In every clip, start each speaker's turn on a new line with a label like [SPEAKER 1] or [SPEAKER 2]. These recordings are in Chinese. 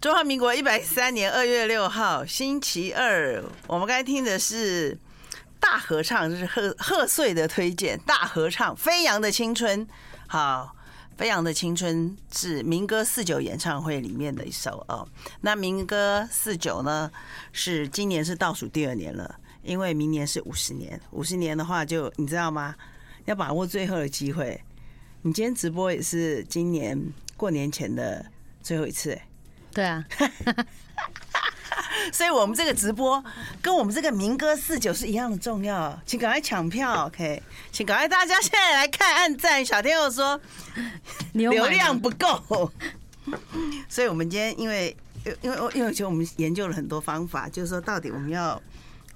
[SPEAKER 1] 中华民国一百三年二月六号星期二，我们刚才听的是大合唱，就是贺贺岁的推荐，大合唱《飞扬的青春》。好，《飞扬的青春》是民歌四九演唱会里面的一首哦。那民歌四九呢，是今年是倒数第二年了，因为明年是五十年，五十年的话就你知道吗？要把握最后的机会。你今天直播也是今年过年前的最后一次、欸，
[SPEAKER 2] 对啊，
[SPEAKER 1] 所以我们这个直播跟我们这个民歌四九是一样的重要，请赶快抢 票，OK？请赶快大家现在来看按赞。小天后说
[SPEAKER 2] 你有买
[SPEAKER 1] 流
[SPEAKER 2] 吗
[SPEAKER 1] 量不够， 所以我们今天因为因为因为其实我们研究了很多方法，就是说到底我们要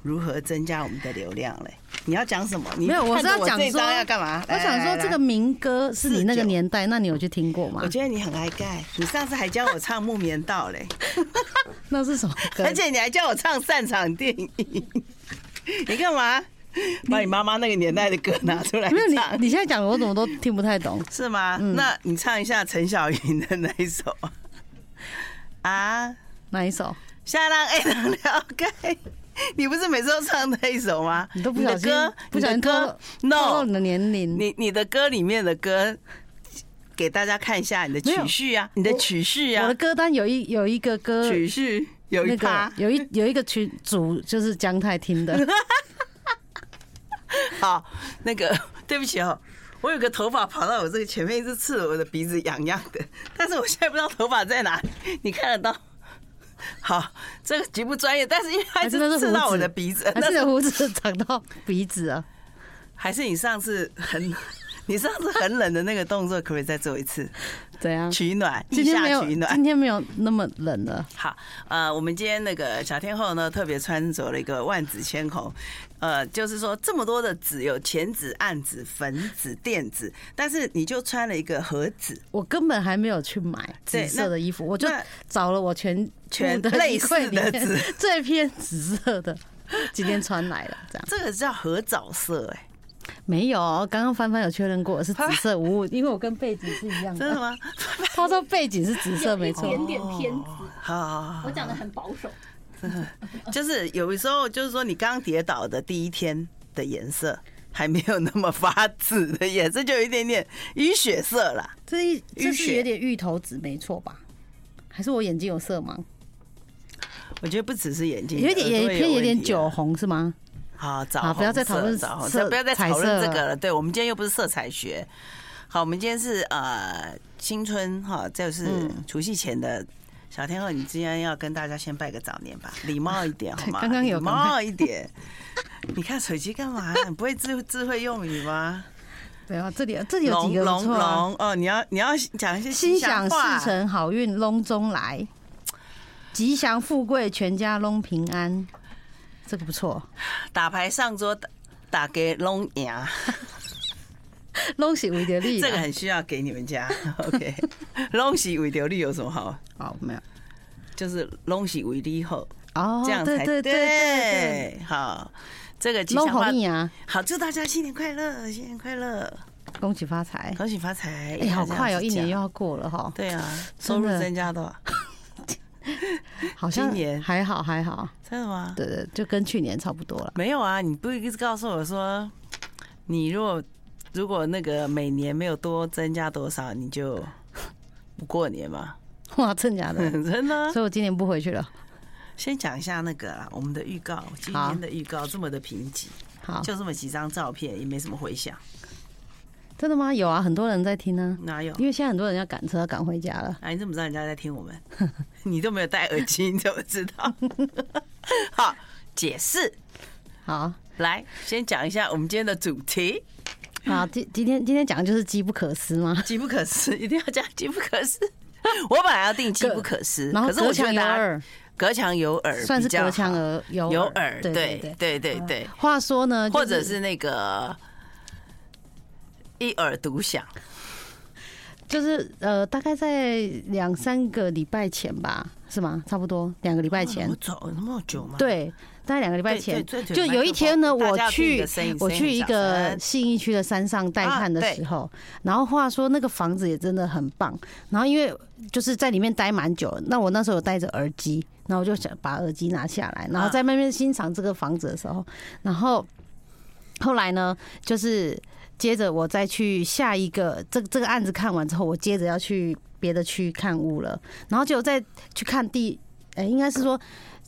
[SPEAKER 1] 如何增加我们的流量嘞？你要讲什么？你
[SPEAKER 2] 没有，
[SPEAKER 1] 看
[SPEAKER 2] 是
[SPEAKER 1] 着
[SPEAKER 2] 要
[SPEAKER 1] 我
[SPEAKER 2] 讲
[SPEAKER 1] 这
[SPEAKER 2] 说
[SPEAKER 1] 张要干嘛？
[SPEAKER 2] 我
[SPEAKER 1] 来
[SPEAKER 2] 想
[SPEAKER 1] 来
[SPEAKER 2] 说
[SPEAKER 1] 来
[SPEAKER 2] 这个民歌是你那个年代，那你有去听过吗
[SPEAKER 1] 我？觉得你很爱盖，你上次还教我唱《木棉道》嘞，
[SPEAKER 2] 那是什么歌？
[SPEAKER 1] 而且你还叫我唱散场电影，你干嘛？把你妈妈那个年代的歌拿出来
[SPEAKER 2] 没 有
[SPEAKER 1] 唱
[SPEAKER 2] 你，嗯你现在讲的我怎么都听不太懂。
[SPEAKER 1] 是吗？那你唱一下陈小云的那一首 啊，
[SPEAKER 2] 哪一首？
[SPEAKER 1] 下让爱人了解。你不是每次都唱那一首吗？
[SPEAKER 2] 你都不小
[SPEAKER 1] 的
[SPEAKER 2] 心
[SPEAKER 1] 歌，，
[SPEAKER 2] 不小
[SPEAKER 1] 你
[SPEAKER 2] 心透
[SPEAKER 1] 的歌
[SPEAKER 2] 露透
[SPEAKER 1] ，no，
[SPEAKER 2] 露你的年龄。
[SPEAKER 1] 你你的歌里面的歌，给大家看一下你的
[SPEAKER 2] 没有
[SPEAKER 1] 曲序啊，你的曲序
[SPEAKER 2] 我
[SPEAKER 1] 啊
[SPEAKER 2] 的，歌单有一有一个歌，
[SPEAKER 1] 曲序有一
[SPEAKER 2] 那
[SPEAKER 1] 趴
[SPEAKER 2] 个，有一有一个群主就是姜太 听的，
[SPEAKER 1] 好，那个 对不起哦，我有个头发跑到我这个前面，一直刺得我的鼻子痒痒的，但是我现在不知道头发在哪里，你看得到？ 好，这个极不专业，但是因为它一
[SPEAKER 2] 还
[SPEAKER 1] 直
[SPEAKER 2] 啊是那是
[SPEAKER 1] 刺
[SPEAKER 2] 胡
[SPEAKER 1] 到
[SPEAKER 2] 子
[SPEAKER 1] 我的鼻子，
[SPEAKER 2] 还是
[SPEAKER 1] 那
[SPEAKER 2] 你的胡子长到鼻子啊？
[SPEAKER 1] 还是你上次很， 你上次很冷的那个动作，可不可以再做一次？
[SPEAKER 2] 怎样？
[SPEAKER 1] 取暖，
[SPEAKER 2] 今
[SPEAKER 1] 地
[SPEAKER 2] 天没
[SPEAKER 1] 下
[SPEAKER 2] 有，
[SPEAKER 1] 取暖
[SPEAKER 2] 今。天没有那么冷了。
[SPEAKER 1] 好，呃，我们今天那个小天后呢，特别穿着了一个万紫千红，呃，就是说这么多的紫，有浅紫、暗紫、粉紫、靛紫，但是你就穿了一个盒紫，
[SPEAKER 2] 我根本还没有去买紫色的衣服，我就
[SPEAKER 1] 那
[SPEAKER 2] 找了我全
[SPEAKER 1] 全
[SPEAKER 2] 部的
[SPEAKER 1] 类
[SPEAKER 2] 衣
[SPEAKER 1] 似
[SPEAKER 2] 柜里
[SPEAKER 1] 的
[SPEAKER 2] 面
[SPEAKER 1] 紫
[SPEAKER 2] 最偏紫色的，今天穿来了，这样
[SPEAKER 1] 这个叫合枣色、哎，
[SPEAKER 2] 没有。刚刚翻翻有确认过是紫色无误，因为我跟背景是一样
[SPEAKER 1] 真的
[SPEAKER 2] 的。
[SPEAKER 1] 吗？
[SPEAKER 2] 他说背景是紫色，
[SPEAKER 3] 有
[SPEAKER 2] 没
[SPEAKER 3] 一
[SPEAKER 2] 错。
[SPEAKER 3] 点点
[SPEAKER 1] 哦
[SPEAKER 3] 偏紫。
[SPEAKER 1] 好好好
[SPEAKER 3] 我
[SPEAKER 1] 好，
[SPEAKER 3] 讲的很保守，
[SPEAKER 1] 就是有时候就是说你刚跌倒的第一天的颜色。还没有那么发紫的颜色，就有一点点淤血色啦。
[SPEAKER 2] 这一这
[SPEAKER 1] 淤
[SPEAKER 2] 是
[SPEAKER 1] 血
[SPEAKER 2] 有点芋头紫，没错吧？还是我眼睛有色盲？
[SPEAKER 1] 我觉得不只是眼睛，
[SPEAKER 2] 有一点
[SPEAKER 1] 耳
[SPEAKER 2] 也
[SPEAKER 1] 朵也
[SPEAKER 2] 偏有
[SPEAKER 1] 问
[SPEAKER 2] 点
[SPEAKER 1] 题啊
[SPEAKER 2] 酒红是吗？
[SPEAKER 1] 好，枣
[SPEAKER 2] 好不要再讨论
[SPEAKER 1] 枣红
[SPEAKER 2] 色
[SPEAKER 1] 色，不要再讨
[SPEAKER 2] 彩色
[SPEAKER 1] 论
[SPEAKER 2] 了
[SPEAKER 1] 这个了。对，我们今天又不是色彩学。好，我们今天是呃新春哈，就是
[SPEAKER 2] 嗯
[SPEAKER 1] 除夕前的小天后，你今天要跟大家先拜个早年 吧，礼貌一点好吗？
[SPEAKER 2] 刚刚有
[SPEAKER 1] 礼貌一点。你看手机干嘛？你不会智智慧用语吗？
[SPEAKER 2] 对啊，这里这里有
[SPEAKER 1] 龙
[SPEAKER 2] 几个不
[SPEAKER 1] 龙
[SPEAKER 2] 错啊。
[SPEAKER 1] 龙哦，你要你要讲一些
[SPEAKER 2] 心
[SPEAKER 1] 祥
[SPEAKER 2] 想事
[SPEAKER 1] 话。
[SPEAKER 2] 成，好运隆中来，吉祥富贵，全家隆平安。这个不错，
[SPEAKER 1] 打牌上桌打打给龙牙。
[SPEAKER 2] 隆是啊维德 利。
[SPEAKER 1] 这个很需要给你们家。OK，龙喜为流利有什么好？
[SPEAKER 2] 好哦没有
[SPEAKER 1] 就是龙喜为利后，
[SPEAKER 2] 哦，
[SPEAKER 1] 这样才
[SPEAKER 2] 对对对对
[SPEAKER 1] 对好，这个吉
[SPEAKER 2] 对，隆
[SPEAKER 1] 祥
[SPEAKER 2] 好
[SPEAKER 1] 话，
[SPEAKER 2] 运啊，
[SPEAKER 1] 好，祝大家新年快乐，新年快乐，
[SPEAKER 2] 恭喜发财。
[SPEAKER 1] 恭喜发财！
[SPEAKER 2] 哎哎，好
[SPEAKER 1] 啊这样
[SPEAKER 2] 快哦，
[SPEAKER 1] 子
[SPEAKER 2] 一年
[SPEAKER 1] 讲
[SPEAKER 2] 又要过了哈，
[SPEAKER 1] 对啊，收入
[SPEAKER 2] 真的
[SPEAKER 1] 增加多少？
[SPEAKER 2] 好像
[SPEAKER 1] 今年
[SPEAKER 2] 还好还好，
[SPEAKER 1] 真的吗？
[SPEAKER 2] 对对，就跟去年差不多了。
[SPEAKER 1] 没有啊，你不一直告诉我说，你如果如果那个每年没有多增加多少，你就不过年嘛？
[SPEAKER 2] 哇，真假 的？
[SPEAKER 1] 真的啊、
[SPEAKER 2] 所以我今年不回去了。
[SPEAKER 1] 先讲一下那个啊啦，我们的预告，今
[SPEAKER 2] 好
[SPEAKER 1] 天的预告这么的贫瘠，
[SPEAKER 2] 好，
[SPEAKER 1] 就这么几张照片，也没什么回响，
[SPEAKER 2] 真的吗？有啊，很多人在听啊，
[SPEAKER 1] 哪有？
[SPEAKER 2] 因为现在很多人要赶车赶回家了。
[SPEAKER 1] 啊，你怎么知道人家在听我们？ 你都没有戴耳机，你怎么知道？ 好，解释
[SPEAKER 2] 好，
[SPEAKER 1] 来，先讲一下我们今天的主题，
[SPEAKER 2] 好，今今天今天讲的就是机不可失吗？
[SPEAKER 1] 机不可失， 一定要讲机不可失。我本来要定机不可失，
[SPEAKER 2] 然后
[SPEAKER 1] 可是
[SPEAKER 2] 隔
[SPEAKER 1] 我觉得
[SPEAKER 2] 墙有
[SPEAKER 1] 大家
[SPEAKER 2] 耳，
[SPEAKER 1] 隔墙有耳，
[SPEAKER 2] 算是隔墙。而有
[SPEAKER 1] 有耳，
[SPEAKER 2] 对
[SPEAKER 1] 对
[SPEAKER 2] 对。啊
[SPEAKER 1] 对对对，
[SPEAKER 2] 话说呢，
[SPEAKER 1] 或者
[SPEAKER 2] 就是
[SPEAKER 1] 那个一耳独享，
[SPEAKER 2] 就是呃，大概在两三个礼拜前吧，是吗？差不多两个礼拜前
[SPEAKER 1] 啊我，走那么久吗？
[SPEAKER 2] 对，大概两个礼
[SPEAKER 1] 对，
[SPEAKER 2] 拜前，
[SPEAKER 1] 对，对
[SPEAKER 2] 就有一天呢，我去。，
[SPEAKER 1] 对
[SPEAKER 2] 我去一个信义区的山上带
[SPEAKER 1] 啊
[SPEAKER 2] 看的时候，然后话说那个房子也真的很棒，然后因为就是在里面待蛮久，那我那时候有戴着耳机，然后我就想把耳机拿下来，
[SPEAKER 1] 啊
[SPEAKER 2] 然后在那边欣赏这个房子的时候，然后后来呢，就是接着我再去下一个这这个案子看完之后，我接着要去别的区看屋了，然后结果再去看第，呃，应该是说。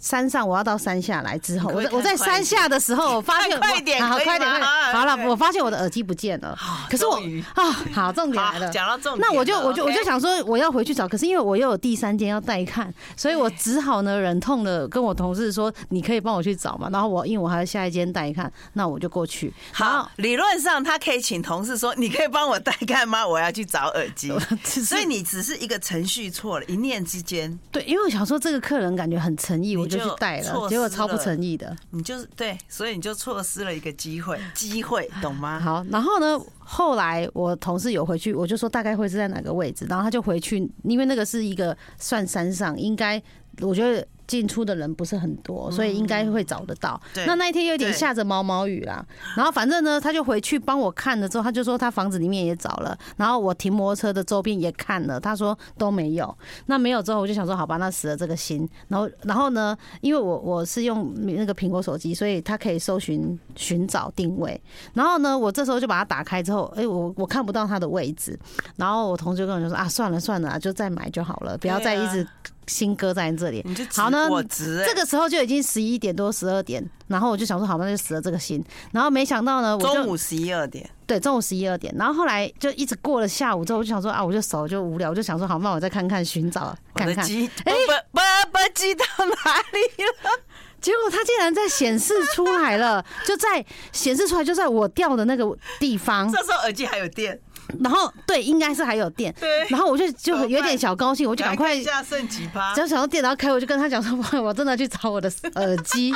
[SPEAKER 2] 山上，我要到山下来之后，
[SPEAKER 1] 你可不可
[SPEAKER 2] 我
[SPEAKER 1] 以
[SPEAKER 2] 在
[SPEAKER 1] 看
[SPEAKER 2] 我在
[SPEAKER 1] 快一
[SPEAKER 2] 山
[SPEAKER 1] 点
[SPEAKER 2] 下的时候，我发现我
[SPEAKER 1] 快点
[SPEAKER 2] 啊好
[SPEAKER 1] 可以
[SPEAKER 2] 快点，
[SPEAKER 1] 吗
[SPEAKER 2] 快点
[SPEAKER 1] 啊
[SPEAKER 2] 好
[SPEAKER 1] 对
[SPEAKER 2] 了，我发现我的耳机不见了
[SPEAKER 1] 啊。
[SPEAKER 2] 可是我
[SPEAKER 1] 终于
[SPEAKER 2] 啊，好，重点
[SPEAKER 1] 好
[SPEAKER 2] 来了，。
[SPEAKER 1] 讲到重点了，
[SPEAKER 2] 那我就我就我就
[SPEAKER 1] OK
[SPEAKER 2] 想说我要回去找，可是因为我又有第三间要带看，所以我只好呢忍痛的跟我同事说，你可以帮我去找嘛。然后我因为我还要下一间带看，那我就过去。然后
[SPEAKER 1] 好，，理论上他可以请同事说，你可以帮我代干吗？ 我要去找耳 机。
[SPEAKER 2] 只
[SPEAKER 1] 所以
[SPEAKER 2] 是
[SPEAKER 1] 你只是一个程序错了，一念之间，
[SPEAKER 2] 对，因为我想说这个客人感觉很诚意，
[SPEAKER 1] 你
[SPEAKER 2] 我就去
[SPEAKER 1] 就
[SPEAKER 2] 带了，
[SPEAKER 1] 错
[SPEAKER 2] 结果
[SPEAKER 1] 失
[SPEAKER 2] 超不
[SPEAKER 1] 了
[SPEAKER 2] 诚意的。
[SPEAKER 1] 你就是对，所以你就错失了一个机 会，机会懂吗？
[SPEAKER 2] 好，然后呢，后来我同事有回去，我就说大概会是在哪个位置，然后他就回去，因为那个是一个算山上，应该我觉得进出的人不是很多，所以应该会找得到。
[SPEAKER 1] 嗯对
[SPEAKER 2] 那那一天有点
[SPEAKER 1] 对
[SPEAKER 2] 下着毛毛雨啦，然后反正呢，他就回去帮我看了之后，他就说他房子里面也找了，然后我停摩托车的周边也看了，他说都没有。那没有之后，我就想说好吧，那死了这个心。然后然后呢，因为我我是用那个苹果手机，所以它可以搜寻寻找定位。然后呢，我这时候就把它打开之后，哎、我我看不到它的位置。然后我同学跟我就说啊，算了算了，就再买就好了，不要再一直
[SPEAKER 1] 啊
[SPEAKER 2] 新搁在这里。
[SPEAKER 1] 你就
[SPEAKER 2] 好呢
[SPEAKER 1] 我值欸
[SPEAKER 2] 这个时候就已经十一点多十二点，然后我就想说，好吧，那就死了这个心。然后没想到呢，我就
[SPEAKER 1] 中午十一二点，
[SPEAKER 2] 对中午十一二点，然后后来就一直过了下午之后，我就想说啊，我就手就无聊，我就想说好，那我再看看寻找
[SPEAKER 1] 我
[SPEAKER 2] 看哎
[SPEAKER 1] 的
[SPEAKER 2] 看。
[SPEAKER 1] 鸡不不不鸡到哪里了？
[SPEAKER 2] 结果它竟然在显示出来了， 就在显示出来就在我掉的那个地方
[SPEAKER 1] 这，时候耳机还有电，
[SPEAKER 2] 然后对，应该是还有电，
[SPEAKER 1] 对，
[SPEAKER 2] 然后我就
[SPEAKER 1] 怎
[SPEAKER 2] 就
[SPEAKER 1] 么办
[SPEAKER 2] 有点小高兴，我就赶快
[SPEAKER 1] 一下剩几趴
[SPEAKER 2] 只，要想到电脑开，我就跟他讲说，我我真的去找我的耳 机，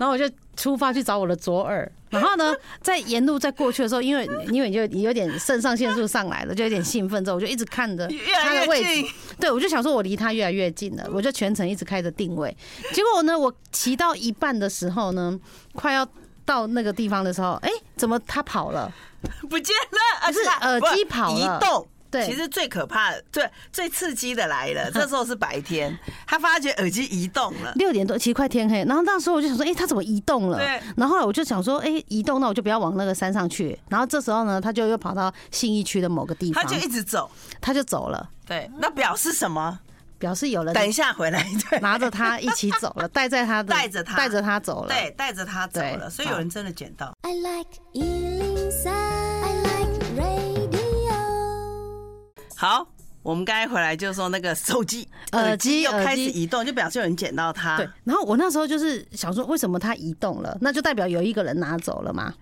[SPEAKER 2] 然后我就出发去找我的左耳。然后呢，在沿路在过去的时候，因为因为就有点肾上腺素上来了，就有点兴奋，之后我就一直看着
[SPEAKER 1] 越
[SPEAKER 2] 他
[SPEAKER 1] 来
[SPEAKER 2] 的位
[SPEAKER 1] 越
[SPEAKER 2] 置
[SPEAKER 1] 近，，
[SPEAKER 2] 对我就想说我离他越来越近了，我就全程一直开着定位。结果呢，我骑到一半的时候呢，快要到那个地方的时候，哎，怎么他跑了？
[SPEAKER 1] 不见了，而
[SPEAKER 2] 不是
[SPEAKER 1] 且它
[SPEAKER 2] 耳
[SPEAKER 1] 不
[SPEAKER 2] 机跑了
[SPEAKER 1] 移动。
[SPEAKER 2] 对
[SPEAKER 1] 其实最可怕的、最最刺激的来 了，这时候是白天，他发觉耳机移动了，
[SPEAKER 2] 六点多，其实快天黑。然后那时候我就想说，哎、他怎么移动了
[SPEAKER 1] 对？
[SPEAKER 2] 然后后来我就想说，哎、移动，那我就不要往那个山上去。然后这时候呢，他就又跑到信义区的某个地
[SPEAKER 1] 他
[SPEAKER 2] 方，
[SPEAKER 1] 就一直走。
[SPEAKER 2] 他就走了，
[SPEAKER 1] 对，那表示什么？
[SPEAKER 2] 表示有人
[SPEAKER 1] 等一下回 来，对，
[SPEAKER 2] 拿着他一起走了，带在他的
[SPEAKER 1] 带着他
[SPEAKER 2] 带着他走了。
[SPEAKER 1] 对，带着他走了，
[SPEAKER 2] 对
[SPEAKER 1] 所以有人真的捡到。
[SPEAKER 3] I like Ealing Sound. I like radio.
[SPEAKER 1] 好，我们刚才回来就说那个手机
[SPEAKER 2] 耳机
[SPEAKER 1] 又开始
[SPEAKER 2] 呃耳机
[SPEAKER 1] 移动，就表示有人捡到它。
[SPEAKER 2] 对，然后我那时候就是想说，为什么他移动了？那就代表有一个人拿走了嘛。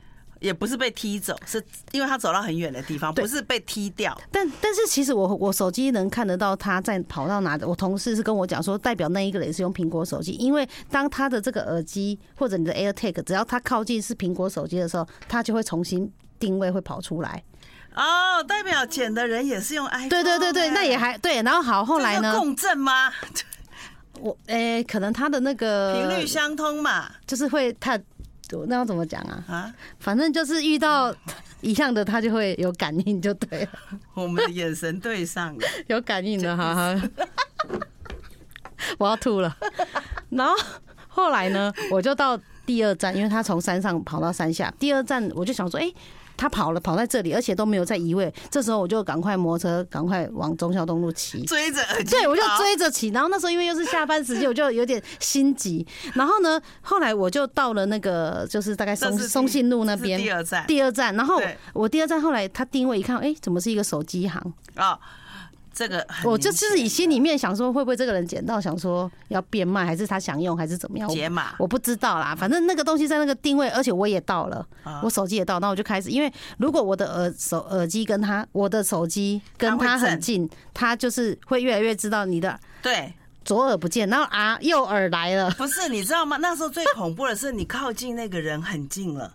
[SPEAKER 1] 也不是被踢走，是因为他走到很远的地方，
[SPEAKER 2] 对
[SPEAKER 1] 不是被踢掉。
[SPEAKER 2] 但但是其实我我手机能看得到他在跑到哪的。我同事是跟我讲说，代表那一个人也是用苹果手机，因为当他的这个耳机或者你的 AirTag 只要他靠近是苹果手机的时候，他就会重新定位会跑出来。
[SPEAKER 1] 哦，代表捡的人也是用 iPhone，
[SPEAKER 2] 对对对对，
[SPEAKER 1] 哎
[SPEAKER 2] 那也还对。然后好，后来
[SPEAKER 1] 这叫
[SPEAKER 2] 呢，
[SPEAKER 1] 共振吗？
[SPEAKER 2] 我诶、可能他的那
[SPEAKER 1] 频
[SPEAKER 2] 个
[SPEAKER 1] 率相通嘛？
[SPEAKER 2] 就是会他。那要怎么讲啊？
[SPEAKER 1] 啊，
[SPEAKER 2] 反正就是遇到一样的，他就会有感应，就对了，
[SPEAKER 1] 我们的眼神对上了，
[SPEAKER 2] 有感应的，哈哈。 我要 吐了。然后后来呢，我就到第二站，因为他从山上跑到山下。第二站我就想说，哎、他跑了，跑在这里，而且都没有在移位。这时候我就赶快摩托车，赶快往忠孝东路骑。
[SPEAKER 1] 追着耳机跑，
[SPEAKER 2] 对，我就追着骑，然后那时候因为又是下班时间，我就有点心急。然后呢，后来我就到了那个，就是大概
[SPEAKER 1] 这
[SPEAKER 2] 松
[SPEAKER 1] 是第
[SPEAKER 2] 松信路那
[SPEAKER 1] 这是
[SPEAKER 2] 边
[SPEAKER 1] 第二站
[SPEAKER 2] 第二站。然后
[SPEAKER 1] 对
[SPEAKER 2] 我第二站后来他定位一看，哎、怎么是一个手机行？
[SPEAKER 1] 啊。这个很
[SPEAKER 2] 我
[SPEAKER 1] 明显
[SPEAKER 2] 就自己心里面想说，会不会这个人捡到，想说要变卖，还是他想用，还是怎么样？
[SPEAKER 1] 解码，
[SPEAKER 2] 我不知道啦，反正那个东西在那个定位，而且我也到了，
[SPEAKER 1] 啊
[SPEAKER 2] 我手机也到，那我就开始，因为如果我的耳手耳机跟他我的手机跟
[SPEAKER 1] 它
[SPEAKER 2] 他
[SPEAKER 1] 会震
[SPEAKER 2] 很近，他就是会越来越知道你的
[SPEAKER 1] 对，
[SPEAKER 2] 左耳不见，然后啊右耳来了，
[SPEAKER 1] 不是你知道吗？那时候最恐怖的是你靠近那个人很近了，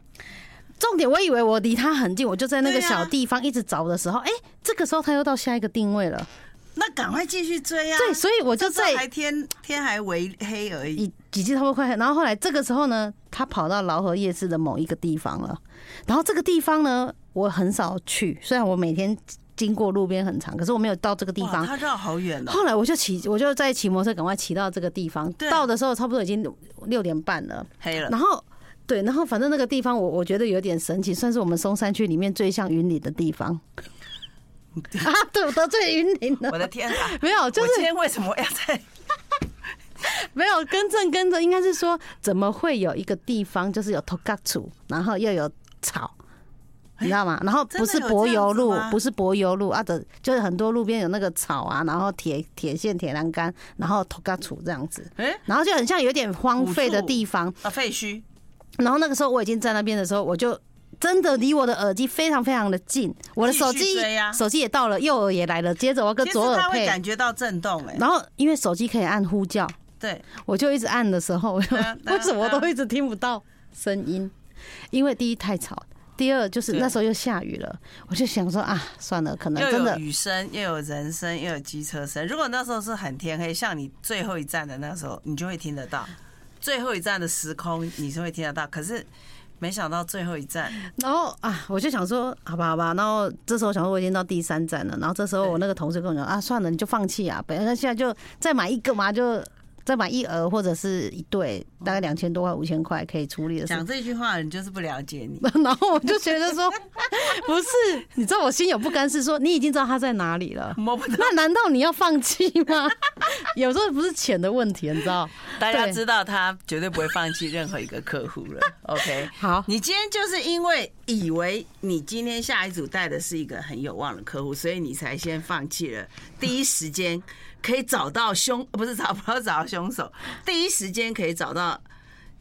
[SPEAKER 2] 重点我以为我离他很近，我就在那个
[SPEAKER 1] 对啊
[SPEAKER 2] 小地方一直找的时候，哎、这个时候他又到下一个定位了。
[SPEAKER 1] 那赶快继续追啊！
[SPEAKER 2] 对，所以我就
[SPEAKER 1] 这时候还
[SPEAKER 2] 在
[SPEAKER 1] 天天还微黑而已。
[SPEAKER 2] 已几季差不多快，然后后来这个时候呢，他跑到劳河夜市的某一个地方了。然后这个地方呢，我很少去，虽然我每天经过路边很长，可是我没有到这个地
[SPEAKER 1] 哇
[SPEAKER 2] 方。
[SPEAKER 1] 他绕好远哦。
[SPEAKER 2] 后来我就骑，我就在骑摩托车，赶快骑到这个地方。
[SPEAKER 1] 对
[SPEAKER 2] 到的时候差不多已经六点半了。
[SPEAKER 1] 黑了，
[SPEAKER 2] 然后对，然后反正那个地方我我觉得有点神奇，算是我们松山区里面最像云林的 地方。 啊，对，我得罪云林了
[SPEAKER 1] 我。的天哪！
[SPEAKER 2] 没有， 就
[SPEAKER 1] 我今
[SPEAKER 2] 是
[SPEAKER 1] 天为什么要在？
[SPEAKER 2] 没有跟正跟着，应该是说怎么会有一个地方就是有 t o k a t u 然后又有草，你知道吗？然后不是
[SPEAKER 1] 哎真的有
[SPEAKER 2] 柏
[SPEAKER 1] 这样
[SPEAKER 2] 油
[SPEAKER 1] 子
[SPEAKER 2] 路
[SPEAKER 1] 吗，
[SPEAKER 2] 不是柏油路啊的，就是很多路边有那个草啊，然后铁铁线、铁栏杆，然后 t o k a t u 这样子，
[SPEAKER 1] 哎
[SPEAKER 2] 然后就很像有点荒废的
[SPEAKER 1] 古树
[SPEAKER 2] 地方。
[SPEAKER 1] 啊，废墟，
[SPEAKER 2] 然后那个时候我已经在那边的时候，我就真的离我的耳机非常非常的近，我的手
[SPEAKER 1] 继续
[SPEAKER 2] 机
[SPEAKER 1] 追啊
[SPEAKER 2] 手机也到了，右耳也来了，接着我要跟
[SPEAKER 1] 其实
[SPEAKER 2] 左
[SPEAKER 1] 他
[SPEAKER 2] 耳
[SPEAKER 1] 会
[SPEAKER 2] 配，
[SPEAKER 1] 感觉到震动哎。
[SPEAKER 2] 然后因为手机可以按呼叫，
[SPEAKER 1] 对，
[SPEAKER 2] 我就一直按的时候， 我就
[SPEAKER 1] 哒哒
[SPEAKER 2] 为什么
[SPEAKER 1] 嗯
[SPEAKER 2] 我都一直听不到声音？因为第一太吵，第二就是
[SPEAKER 1] 对
[SPEAKER 2] 那时候又下雨了，我就想说啊，算了，可能
[SPEAKER 1] 又
[SPEAKER 2] 真
[SPEAKER 1] 有
[SPEAKER 2] 的
[SPEAKER 1] 雨声，又有人声，又有机车声。如果那时候是很天黑，像你最后一站的那时候，你就会听得到。最后一站的时空，你是会听得到。可是没想到最后一站，
[SPEAKER 2] 然后啊，我就想说，好吧，好吧。然后这时候我想说，我已经到第三站了。然后这时候我那个同事跟我讲啊，算了，你就放弃啊，本来现在就再买一个嘛，就再买一额或者是一对，大概两千多块、五千块可以处理的事。
[SPEAKER 1] 讲这句话的人就是不了解你。
[SPEAKER 2] 然后我就觉得说， 不是，你知道我心有不甘是说你已经知道他在哪里了，
[SPEAKER 1] 摸不到，
[SPEAKER 2] 那难道你要放弃吗？ 有时候不是钱的问题，你知道？
[SPEAKER 1] 大家
[SPEAKER 2] 对
[SPEAKER 1] 知道他绝对不会放弃任何一个客户 了。OK，
[SPEAKER 2] 好，
[SPEAKER 1] 你今天就是因为以为你今天下一组带的是一个很有望的客户，所以你才先放弃了。第一时间可以找到凶，不是找不到找到凶手，第一时间可以找到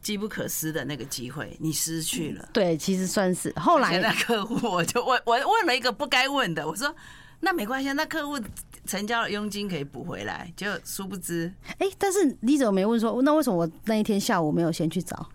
[SPEAKER 1] 机不可失的那个机会，你失去了。
[SPEAKER 2] 对，其实算是后
[SPEAKER 1] 而且那
[SPEAKER 2] 来
[SPEAKER 1] 客户我就问，我问了一个不该问的，我说那没关系，那客户成交的佣金可以补回来。就殊不知
[SPEAKER 2] 哎、但是你怎么没问说，那为什么我那一天下午没有先去找？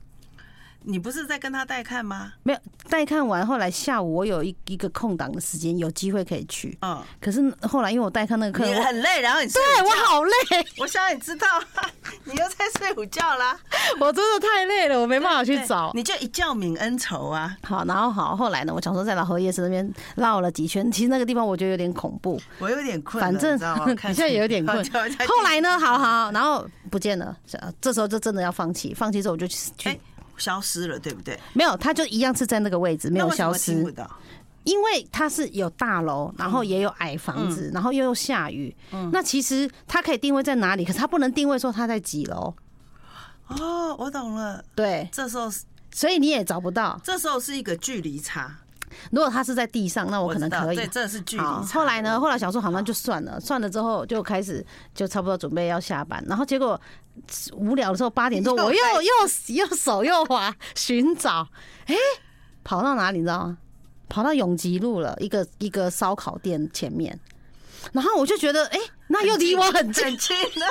[SPEAKER 1] 你不是在跟他带看吗？
[SPEAKER 2] 没有带看完，后来下午我有一一个空档的时间，有机会可以去。
[SPEAKER 1] 嗯，
[SPEAKER 2] 可是后来因为我带看那个客
[SPEAKER 1] 你
[SPEAKER 2] 人，我
[SPEAKER 1] 很累，然后你睡
[SPEAKER 2] 对
[SPEAKER 1] 午
[SPEAKER 2] 我
[SPEAKER 1] 觉
[SPEAKER 2] 好累，
[SPEAKER 1] 我想你知道，啊你又在睡午觉啦，
[SPEAKER 2] 我真的太累了，我没办法去
[SPEAKER 1] 对
[SPEAKER 2] 找。
[SPEAKER 1] 你就一觉泯恩仇啊！
[SPEAKER 2] 好，然后好，后来呢，我想说在老河夜市那边绕了几圈，其实那个地方我觉得有点恐怖，
[SPEAKER 1] 我有点困了，
[SPEAKER 2] 反正
[SPEAKER 1] 你知道 吗？。
[SPEAKER 2] 现在也有点困
[SPEAKER 1] 后
[SPEAKER 2] 后来呢，好好，然后不见了，呃这时候就真的要放弃，放弃之后我就去
[SPEAKER 1] 哎
[SPEAKER 2] 去，
[SPEAKER 1] 消失了，对不对？
[SPEAKER 2] 没有，他就一样是在那个位置，没
[SPEAKER 1] 那
[SPEAKER 2] 有
[SPEAKER 1] 为什
[SPEAKER 2] 消
[SPEAKER 1] 么
[SPEAKER 2] 失
[SPEAKER 1] 听不。嗯到，
[SPEAKER 2] 因为它是有大楼，然后也有矮房子，然后又有下雨，
[SPEAKER 1] 嗯
[SPEAKER 2] 那其实它可以定位在哪里，可是它不能定位说它在几楼，
[SPEAKER 1] 哦，我懂了。
[SPEAKER 2] 对，
[SPEAKER 1] 这时候是，
[SPEAKER 2] 所以你也找不到。
[SPEAKER 1] 这时候是一个距离差，
[SPEAKER 2] 如果它是在地上，那我可能
[SPEAKER 1] 知道
[SPEAKER 2] 可以
[SPEAKER 1] 对，。这是距离
[SPEAKER 2] 好，
[SPEAKER 1] 差。
[SPEAKER 2] 后来呢？？后来想说，好，那就算了，算了之后就开始就差不多准备要下班，然后结果无聊的时候八点多，
[SPEAKER 1] 又
[SPEAKER 2] 我又
[SPEAKER 1] 在
[SPEAKER 2] 又又手又滑寻找，哎、跑到哪里你知道吗？跑到永吉路了，一个一个烧烤店前面，然后我就觉得，哎、那又离我很近，
[SPEAKER 1] 很近 了，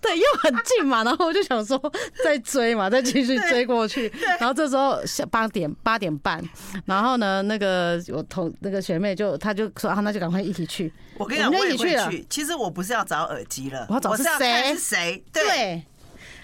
[SPEAKER 2] 对，又很近嘛，然后我就想说再追嘛，再继续追过去。然后这时候下八点八点半，然后呢，那个我同那个学妹就她就说啊，那就赶快一起去。
[SPEAKER 1] 我跟你讲，
[SPEAKER 2] 我
[SPEAKER 1] 我
[SPEAKER 2] 们
[SPEAKER 1] 也
[SPEAKER 2] 就一起去
[SPEAKER 1] 会
[SPEAKER 2] 了
[SPEAKER 1] 去。其实我不是要找耳机了，
[SPEAKER 2] 我要找
[SPEAKER 1] 是要
[SPEAKER 2] 是谁
[SPEAKER 1] 看是谁。对，
[SPEAKER 2] 对，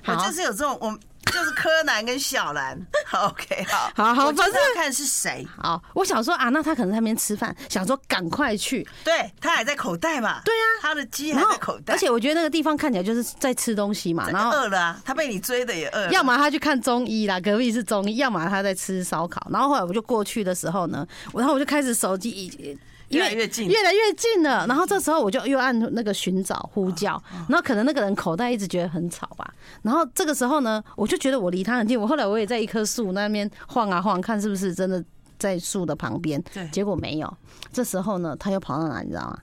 [SPEAKER 1] 我
[SPEAKER 2] 好，
[SPEAKER 1] 就是有这种，我就是柯南跟小兰。 好 OK，好，
[SPEAKER 2] 好好
[SPEAKER 1] 我就是
[SPEAKER 2] 反正
[SPEAKER 1] 要看是谁。
[SPEAKER 2] 好，我想说啊，那她可能在那边吃饭，想说赶快去。
[SPEAKER 1] 对他还在口袋嘛？
[SPEAKER 2] 对啊
[SPEAKER 1] 他的鸡还
[SPEAKER 2] 然后
[SPEAKER 1] 在口，袋，
[SPEAKER 2] 而且我觉得那个地方看起来就是在吃东西嘛，
[SPEAKER 1] 整个
[SPEAKER 2] 然后
[SPEAKER 1] 饿了啊，他被你追的也饿了，
[SPEAKER 2] 要么他去看中医啦，隔壁是中医；要么他在吃烧烤。然后后来我就过去的时候呢，我然后我就开始手机一。
[SPEAKER 1] 越来越近
[SPEAKER 2] 越来越近了。然后这时候我就又按那个寻找呼叫，
[SPEAKER 1] 啊
[SPEAKER 2] 然后可能那个人口袋一直觉得很吵吧。然后这个时候呢，我就觉得我离他很近。我后来我也在一棵树那边晃啊晃，看是不是真的在树的旁边
[SPEAKER 1] 对。
[SPEAKER 2] 结果没有。这时候呢，他又跑到哪，你知道吗？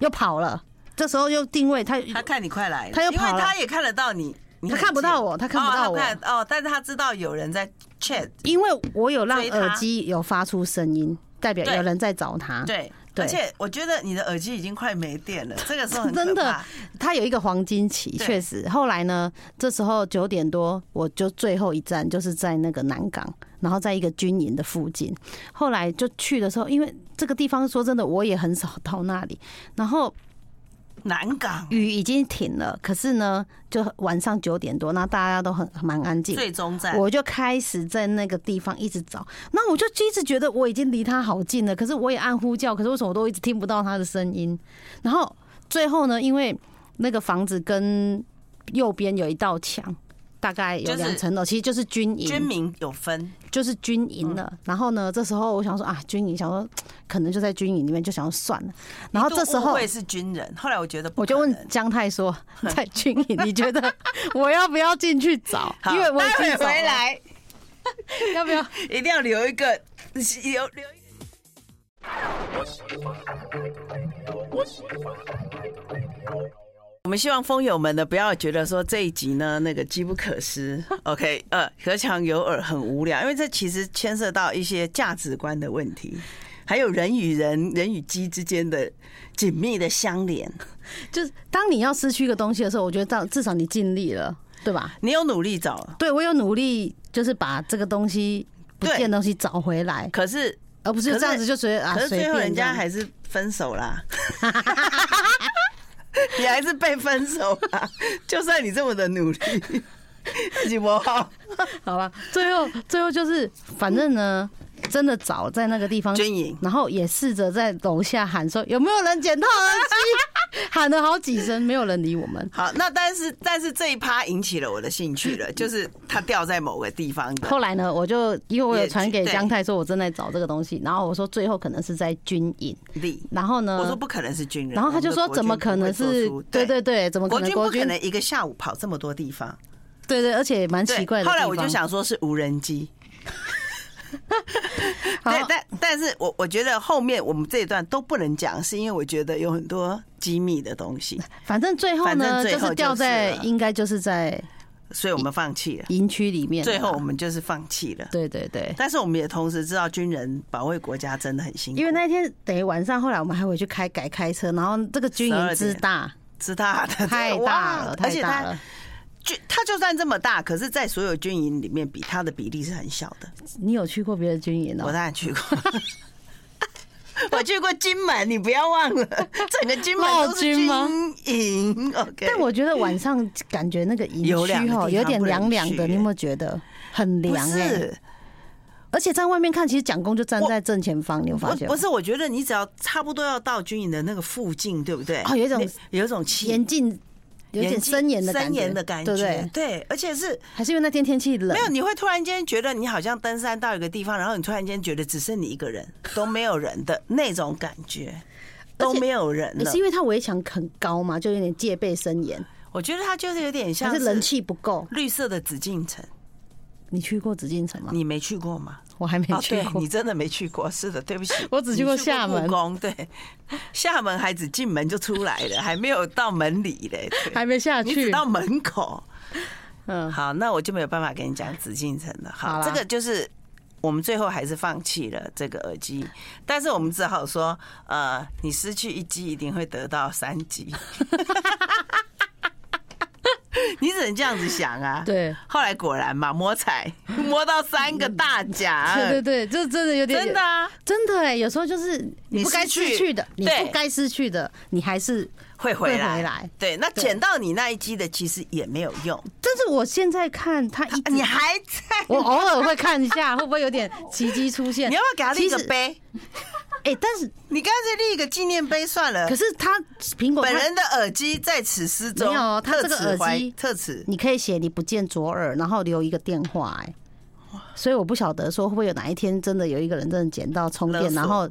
[SPEAKER 2] 又跑了。这时候又定位他，
[SPEAKER 1] 他看你快来了，
[SPEAKER 2] 他又
[SPEAKER 1] 因为
[SPEAKER 2] 跑了
[SPEAKER 1] 他也看得到你，你
[SPEAKER 2] 他
[SPEAKER 1] 很
[SPEAKER 2] 看不
[SPEAKER 1] 近
[SPEAKER 2] 到我他看不到
[SPEAKER 1] 哦
[SPEAKER 2] 我
[SPEAKER 1] 他看哦，但是他知道有人在 chat，
[SPEAKER 2] 因为我有让
[SPEAKER 1] 追他
[SPEAKER 2] 耳机有发出声音，代表
[SPEAKER 1] 对
[SPEAKER 2] 有人在找他。
[SPEAKER 1] 对，而
[SPEAKER 2] 啊对，
[SPEAKER 1] 且我觉得你的耳机已经快没电了，这个时候很可怕
[SPEAKER 2] 真的，它有一个黄金期，
[SPEAKER 1] 对
[SPEAKER 2] 确实。后来呢，这时候九点多，我就最后一站就是在那个南港，然后在一个军营的附近。后来就去的时候，因为这个地方说真的，我也很少到那里。然后
[SPEAKER 1] 南港
[SPEAKER 2] 雨已经停了，可是呢，就晚上九点多，那大家都很蛮安静。
[SPEAKER 1] 最终站，
[SPEAKER 2] 我就开始在那个地方一直找，那我就一直觉得我已经离他好近了，可是我也按呼叫，可是为什么我都一直听不到他的声音？然后最后呢，因为那个房子跟右边有一道墙，大概有
[SPEAKER 1] 就是
[SPEAKER 2] 两层楼，其实就是军营，
[SPEAKER 1] 军民嗯有分，
[SPEAKER 2] 就是军营了。然后呢，这时候我想说啊，军营，想说可能就在军营里面，就想说算了。然后这时候
[SPEAKER 1] 会是军人，后来我觉得不
[SPEAKER 2] 我就
[SPEAKER 1] 可
[SPEAKER 2] 问
[SPEAKER 1] 能，
[SPEAKER 2] 姜 太说，在军营，你觉得我要不要进去找？
[SPEAKER 1] 好
[SPEAKER 2] 因为我已
[SPEAKER 1] 待
[SPEAKER 2] 经
[SPEAKER 1] 会
[SPEAKER 2] 找
[SPEAKER 1] 回
[SPEAKER 2] 了，
[SPEAKER 1] 来
[SPEAKER 2] 要不要？
[SPEAKER 1] 一定要留一个留留一个。我们希望风友们呢，不要觉得说这一集呢那个机不可 失，OK，呃，隔墙有耳很无聊，因为这其实牵涉到一些价值观的问题，还有人与人、人与鸡之间的紧密的相连。
[SPEAKER 2] 就是当你要失去一个东西的时候，我觉得到至少你尽力了，对吧？
[SPEAKER 1] 你有努力找，
[SPEAKER 2] 对我有努力，就是把这个东西不见的东西找回来，
[SPEAKER 1] 可是
[SPEAKER 2] 而不是就这样子就随啊
[SPEAKER 1] 可是
[SPEAKER 2] 随
[SPEAKER 1] 最后
[SPEAKER 2] 便
[SPEAKER 1] 人
[SPEAKER 2] 这
[SPEAKER 1] 家
[SPEAKER 2] 样。
[SPEAKER 1] 还是分手啦， 你还是被分手啦。 就算你这么的努力， 自己不好，
[SPEAKER 2] 好吧，最后最后就是反正呢，真的找在那个地方
[SPEAKER 1] 军营
[SPEAKER 2] 然后也试着在楼下喊说有没有人捡到耳机， 喊了好几声，没有人理我们。
[SPEAKER 1] 好。那但是但是这一趴引起了我的兴趣 了，就是它掉在某个地 方的。
[SPEAKER 2] 后来呢，我就因为我有
[SPEAKER 1] 也
[SPEAKER 2] 传给
[SPEAKER 1] 对
[SPEAKER 2] 江太说我正在找这个东西，然后我说最后可能是在军营，
[SPEAKER 1] 力，
[SPEAKER 2] 然后呢，
[SPEAKER 1] 我说不可能是军人，
[SPEAKER 2] 呃然后他就
[SPEAKER 1] 我们的
[SPEAKER 2] 说
[SPEAKER 1] 国军
[SPEAKER 2] 怎么可能
[SPEAKER 1] 不会做
[SPEAKER 2] 是
[SPEAKER 1] 出？
[SPEAKER 2] 对对对，怎么可
[SPEAKER 1] 国
[SPEAKER 2] 能
[SPEAKER 1] 军不
[SPEAKER 2] 国军
[SPEAKER 1] 可？能一个下午跑这么多地方。
[SPEAKER 2] 对对，而且也蛮奇怪的。
[SPEAKER 1] 后来我就，想说是无人机。
[SPEAKER 2] 好
[SPEAKER 1] 对，但但是我我觉得后面我们这一段都不能讲，是因为我觉得有很多机密的东西，
[SPEAKER 2] 反正最后
[SPEAKER 1] 反正
[SPEAKER 2] 呢，
[SPEAKER 1] 最后
[SPEAKER 2] 就是掉在
[SPEAKER 1] 就是了
[SPEAKER 2] 应该就是在
[SPEAKER 1] 所以我们放弃了。
[SPEAKER 2] 营区里面啦。
[SPEAKER 1] 最后我们就是放弃了。
[SPEAKER 2] 对对对，
[SPEAKER 1] 但是我们也同时知道，军人保卫国家真的很辛苦，
[SPEAKER 2] 因为那一天等于晚上，后来我们还回去开改开车，然后这个军营
[SPEAKER 1] 12
[SPEAKER 2] 之大
[SPEAKER 1] 知道的
[SPEAKER 2] 太大了，
[SPEAKER 1] 而且
[SPEAKER 2] 太大
[SPEAKER 1] 他
[SPEAKER 2] 了。
[SPEAKER 1] 军他就算这么大，可是，在所有军营里面，比他的比例是很小的。
[SPEAKER 2] 你有去过别的军营
[SPEAKER 1] 我
[SPEAKER 2] 哦？
[SPEAKER 1] 当然去过， 我去过金门，你不要忘了， 整个金门都是军
[SPEAKER 2] 冒
[SPEAKER 1] 营。OK，
[SPEAKER 2] 但我觉得晚上感觉那个营
[SPEAKER 1] 有两
[SPEAKER 2] 区
[SPEAKER 1] 个
[SPEAKER 2] 哦，
[SPEAKER 1] 地
[SPEAKER 2] 有
[SPEAKER 1] 方
[SPEAKER 2] 点
[SPEAKER 1] 不能
[SPEAKER 2] 凉凉
[SPEAKER 1] 去
[SPEAKER 2] 的，
[SPEAKER 1] 欸
[SPEAKER 2] 你有没有觉得很
[SPEAKER 1] 不
[SPEAKER 2] 凉？哎，
[SPEAKER 1] 是，
[SPEAKER 2] 而且在外面看，其实蒋公就站
[SPEAKER 1] 我
[SPEAKER 2] 在正前方，你有发
[SPEAKER 1] 我
[SPEAKER 2] 现吗？
[SPEAKER 1] 不是，我觉得你只要差不多要到军营的那个附近，对不对？
[SPEAKER 2] 哦有一种
[SPEAKER 1] 你有一种气，
[SPEAKER 2] 严禁，有点
[SPEAKER 1] 睛
[SPEAKER 2] 森严的感
[SPEAKER 1] 森
[SPEAKER 2] 觉，
[SPEAKER 1] 严的感
[SPEAKER 2] 对不
[SPEAKER 1] 觉
[SPEAKER 2] 对，？
[SPEAKER 1] 对，而且是
[SPEAKER 2] 还是因为那天天气冷
[SPEAKER 1] 没，有，你会突然间觉得你好像登山到一个地方，然后你突然间觉得只剩你一个人，都没有人 的那种感觉，
[SPEAKER 2] 而
[SPEAKER 1] 都
[SPEAKER 2] 且
[SPEAKER 1] 没有人
[SPEAKER 2] 也
[SPEAKER 1] 了
[SPEAKER 2] 是。因为它围墙很高嘛，就有点戒备森严，
[SPEAKER 1] 我觉得它就是有点像
[SPEAKER 2] 还是人气不够。
[SPEAKER 1] 绿色的紫禁城，
[SPEAKER 2] 你去过紫禁城吗？
[SPEAKER 1] 你没去过吗？
[SPEAKER 2] 我还没
[SPEAKER 1] 哦，
[SPEAKER 2] 去
[SPEAKER 1] 对
[SPEAKER 2] 过
[SPEAKER 1] 你。真的没去过，是的，对不起，
[SPEAKER 2] 我只去
[SPEAKER 1] 你
[SPEAKER 2] 过
[SPEAKER 1] 过
[SPEAKER 2] 厦门
[SPEAKER 1] 故宫，对，厦门还只进门就出来了，还没有到门里嘞，对
[SPEAKER 2] 还没下
[SPEAKER 1] 你只
[SPEAKER 2] 去，
[SPEAKER 1] 到门口。
[SPEAKER 2] 嗯，
[SPEAKER 1] 好，那我就没有办法跟你讲紫禁城了。
[SPEAKER 2] 好
[SPEAKER 1] 好，
[SPEAKER 2] 啦
[SPEAKER 1] 这个就是我们最后还是放弃了这个耳机，但是我们只好说，呃，你失去一机一定会得到三机。 你只能这样子想啊。
[SPEAKER 2] 对，
[SPEAKER 1] 后来果然嘛，摸彩 摸到三个大奖，
[SPEAKER 2] 对对对，这真的有点
[SPEAKER 1] 真的啊，
[SPEAKER 2] 真的哎，有时候就是你
[SPEAKER 1] 你
[SPEAKER 2] 不该
[SPEAKER 1] 失去
[SPEAKER 2] 失去的，你
[SPEAKER 1] 对
[SPEAKER 2] 不该失去的，你还是。
[SPEAKER 1] 会回
[SPEAKER 2] 会
[SPEAKER 1] 来。
[SPEAKER 2] 回来
[SPEAKER 1] 对，那捡到你那一机的其实也没有用，
[SPEAKER 2] 但是我现在看他一直，
[SPEAKER 1] 啊你还在。
[SPEAKER 2] 我偶尔会看一下，会不会有点奇迹出 现？
[SPEAKER 1] 你要不要给他立个
[SPEAKER 2] 其实？
[SPEAKER 1] 碑？
[SPEAKER 2] 哎，但是
[SPEAKER 1] 你干脆立一个纪念碑算了
[SPEAKER 2] 可。是他苹果它
[SPEAKER 1] 本人的耳机在此失踪，
[SPEAKER 2] 没有他这个
[SPEAKER 1] 特此
[SPEAKER 2] 耳
[SPEAKER 1] 怀
[SPEAKER 2] 机
[SPEAKER 1] 特此
[SPEAKER 2] 你可以写你不见左耳，然后留一个电话、哎，所以我不晓得说会不会有哪一天真的有一个人真的捡到充
[SPEAKER 1] 勒
[SPEAKER 2] 电，
[SPEAKER 1] 索
[SPEAKER 2] 然后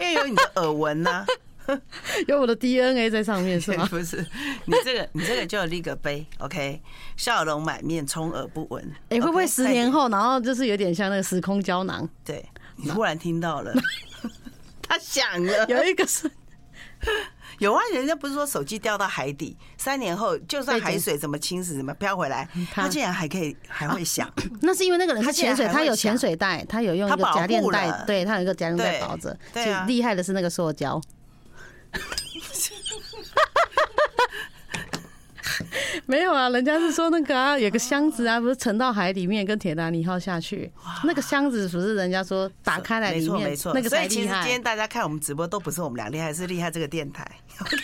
[SPEAKER 1] 因为有你的耳闻呐、
[SPEAKER 2] 有我的 DNA 在上面是吗？
[SPEAKER 1] 不是你这个你这个就立个碑，OK，笑容满面，充耳不闻。
[SPEAKER 2] 哎、会不会
[SPEAKER 1] OK，
[SPEAKER 2] 十
[SPEAKER 1] 快
[SPEAKER 2] 年
[SPEAKER 1] 点？
[SPEAKER 2] 后，然后就是有点像那个时空胶囊， 啊
[SPEAKER 1] 对你忽然听到了，他想了，
[SPEAKER 2] 有一个是
[SPEAKER 1] 有啊，人家不是说手机掉到海底，三年后就算海水怎么侵蚀、怎么飘回来，
[SPEAKER 2] 嗯
[SPEAKER 1] 它竟然还可以还会响。
[SPEAKER 2] 那是因为那个人是潜水，
[SPEAKER 1] 他竟然还
[SPEAKER 2] 他
[SPEAKER 1] 会
[SPEAKER 2] 有潜水袋，他有用一个
[SPEAKER 1] 他保护
[SPEAKER 2] 夹链袋
[SPEAKER 1] 了，
[SPEAKER 2] 对他有一个夹链袋
[SPEAKER 1] 对
[SPEAKER 2] 包着。
[SPEAKER 1] 对
[SPEAKER 2] 其实
[SPEAKER 1] 啊
[SPEAKER 2] 厉害的是那个塑 胶。没有啊，人家是说那个啊，有个箱子啊，不是沉到海里面，跟铁达尼号下去，那个箱子不是人家说打开来
[SPEAKER 1] 没
[SPEAKER 2] 里
[SPEAKER 1] 错
[SPEAKER 2] 面
[SPEAKER 1] 没错，
[SPEAKER 2] 那个
[SPEAKER 1] 所
[SPEAKER 2] 才
[SPEAKER 1] 以其
[SPEAKER 2] 厉
[SPEAKER 1] 实今
[SPEAKER 2] 害
[SPEAKER 1] 天。大家看我们直播都不是我们俩厉害，是厉害这个电台。OK，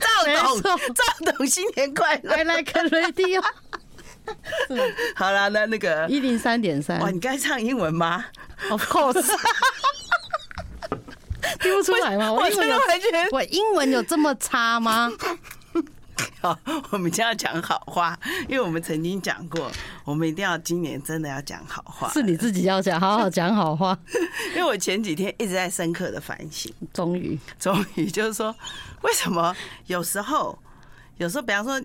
[SPEAKER 1] 赵
[SPEAKER 2] 没
[SPEAKER 1] 董，
[SPEAKER 2] 错
[SPEAKER 1] 赵董新年快乐！
[SPEAKER 2] I like radio
[SPEAKER 1] 好啦，那那个
[SPEAKER 2] 一零三点三
[SPEAKER 1] 哇，你刚才唱英文吗？
[SPEAKER 2] ，Of course，听不出来吗？我
[SPEAKER 1] 我
[SPEAKER 2] 英
[SPEAKER 1] 真
[SPEAKER 2] 文
[SPEAKER 1] 的
[SPEAKER 2] 有
[SPEAKER 1] 完全
[SPEAKER 2] 我英文有这么 差吗？
[SPEAKER 1] 好，我们就要讲好话，因为我们曾经讲过，我们一定要今年真的要讲好话。
[SPEAKER 2] 是你自己要讲，好好讲好话。
[SPEAKER 1] 因为我前几天一直在深刻的反省，
[SPEAKER 2] 终于，
[SPEAKER 1] 终于就是说，为什么有时候，有时候，比方说。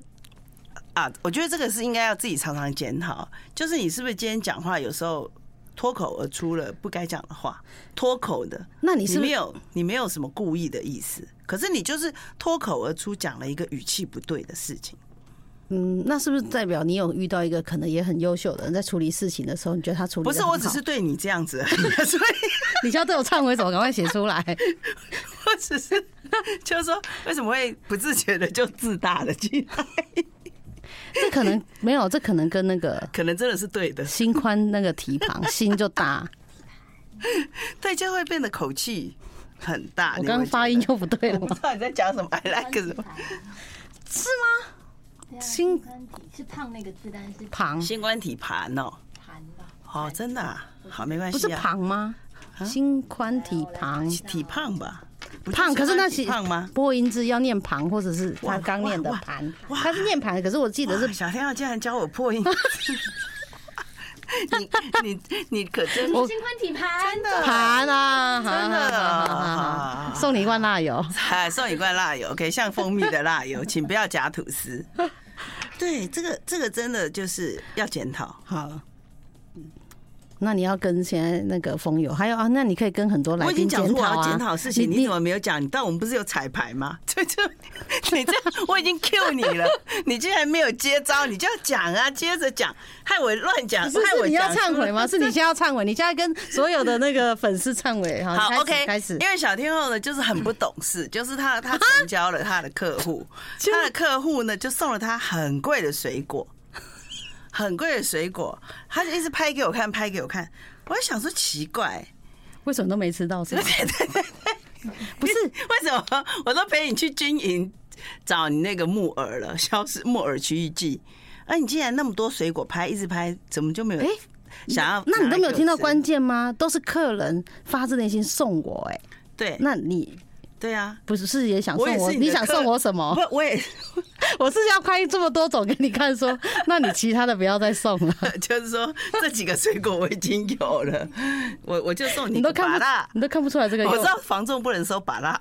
[SPEAKER 1] 啊，我觉得这个是应该要自己常常检讨，就是你是不是今天讲话有时候脱口而出了不该讲的话，脱口的，
[SPEAKER 2] 那你是不
[SPEAKER 1] 没
[SPEAKER 2] 是
[SPEAKER 1] 有你没有什么故意的意思，可是你就是脱口而出讲了一个语气不对的事情。
[SPEAKER 2] 嗯？那是不是代表你有遇到一个可能也很优秀的人，在处理事情的时候，你觉得他处理
[SPEAKER 1] 不
[SPEAKER 2] 得
[SPEAKER 1] 是，
[SPEAKER 2] 很
[SPEAKER 1] 我只
[SPEAKER 2] 好
[SPEAKER 1] 是对你这样子而 已，所以
[SPEAKER 2] 你叫这种忏悔怎么赶快写出 来？
[SPEAKER 1] 我只是 就是说，为什么会不自觉的就自大了起来？
[SPEAKER 2] 这可能没有，这可能跟那个
[SPEAKER 1] 可能真的是对的，
[SPEAKER 2] 心宽那个蹄 膀，心就大。
[SPEAKER 1] 对，就会变得口气很大。
[SPEAKER 2] 我
[SPEAKER 1] 你
[SPEAKER 2] 刚
[SPEAKER 1] 会
[SPEAKER 2] 刚
[SPEAKER 1] 觉
[SPEAKER 2] 发
[SPEAKER 1] 得
[SPEAKER 2] 音就不对了
[SPEAKER 1] 我不
[SPEAKER 2] 吗
[SPEAKER 1] 知？道你在讲什么，I like 什么。
[SPEAKER 4] 对
[SPEAKER 2] 新
[SPEAKER 4] 啊新宽体是胖那个字，但是
[SPEAKER 2] 旁
[SPEAKER 1] 新冠体盘哦，
[SPEAKER 4] 盘吧？
[SPEAKER 1] 哦，真的啊，好，没关
[SPEAKER 2] 不是
[SPEAKER 1] 系啊，
[SPEAKER 2] 旁吗？心宽体旁，
[SPEAKER 1] 体胖吧？不就
[SPEAKER 2] 胖，可是那
[SPEAKER 1] 体
[SPEAKER 2] 其
[SPEAKER 1] 胖吗？
[SPEAKER 2] 播音字要念旁，或者是
[SPEAKER 1] 哇
[SPEAKER 2] 他刚念的
[SPEAKER 1] 哇哇
[SPEAKER 2] 盘，
[SPEAKER 1] 哇
[SPEAKER 2] 他是念盘，可是我记得
[SPEAKER 1] 哇
[SPEAKER 2] 是
[SPEAKER 1] 小天耀竟然教我破 音，你你你可真
[SPEAKER 2] 我
[SPEAKER 4] 新宽体盘
[SPEAKER 1] 真的
[SPEAKER 2] 盘啊，好
[SPEAKER 1] 真的
[SPEAKER 2] 好好好好
[SPEAKER 1] 好
[SPEAKER 2] 好送你一罐辣油。
[SPEAKER 1] 啊，送一罐辣油，OK，像蜂蜜的辣油，请不要夹吐司。对，这个这个真的就是要检讨。好，
[SPEAKER 2] 那你要跟现在那个风友，还有啊，那你可以跟很多来
[SPEAKER 1] 我已
[SPEAKER 2] 宾
[SPEAKER 1] 经讲
[SPEAKER 2] 检
[SPEAKER 1] 说我
[SPEAKER 2] 讨
[SPEAKER 1] 要
[SPEAKER 2] 啊，
[SPEAKER 1] 检讨的事情，
[SPEAKER 2] 你
[SPEAKER 1] 你怎么没有讲？你但我们不是有彩排吗？ 这就你这样，我已经 Q 你 了，你竟然没有接招，你就要讲啊，接着讲，害我乱讲，
[SPEAKER 2] 不
[SPEAKER 1] 害
[SPEAKER 2] 是是
[SPEAKER 1] 我
[SPEAKER 2] 你要
[SPEAKER 1] 讲
[SPEAKER 2] 忏
[SPEAKER 1] 出
[SPEAKER 2] 悔吗？是你现在要忏悔，你现在跟所有的那个粉丝 忏悔好
[SPEAKER 1] 好
[SPEAKER 2] 你开始
[SPEAKER 1] ，OK，
[SPEAKER 2] 开始
[SPEAKER 1] 因。为小天后呢，就是很不懂事， 就是他他成交了他的客户，他的客户呢就送了他很贵的水果，很贵的水果，他就一直拍给我看，拍给我看，我就想说奇怪，
[SPEAKER 2] 为什么都没吃到？是吗？ 不是，
[SPEAKER 1] 为什么我都陪你去军营找你那个木耳了，消失木耳区域记，啊，你竟然那么多水果拍，一直拍，怎么就没有？
[SPEAKER 2] 哎
[SPEAKER 1] 想要
[SPEAKER 2] 那你都没有听到
[SPEAKER 1] 拿来给我
[SPEAKER 2] 关键吗？都是客人发自内心送我，哎，
[SPEAKER 1] 吃对
[SPEAKER 2] 那你
[SPEAKER 1] 对啊，
[SPEAKER 2] 不是是也想送
[SPEAKER 1] 也
[SPEAKER 2] 我？
[SPEAKER 1] 是
[SPEAKER 2] 你
[SPEAKER 1] 的
[SPEAKER 2] 想
[SPEAKER 1] 客
[SPEAKER 2] 送我什么？
[SPEAKER 1] 不， 我也。
[SPEAKER 2] 我是要拍这么多种给你看，说，那你其他的不要再送了。
[SPEAKER 1] 就是说这几个水果我已经有了，我我就送 你
[SPEAKER 2] 你
[SPEAKER 1] 一
[SPEAKER 2] 都
[SPEAKER 1] 个芭
[SPEAKER 2] 看不
[SPEAKER 1] 乐，。
[SPEAKER 2] 你都看不出来这个用
[SPEAKER 1] 我知道房仲不能收芭乐，
[SPEAKER 2] 哦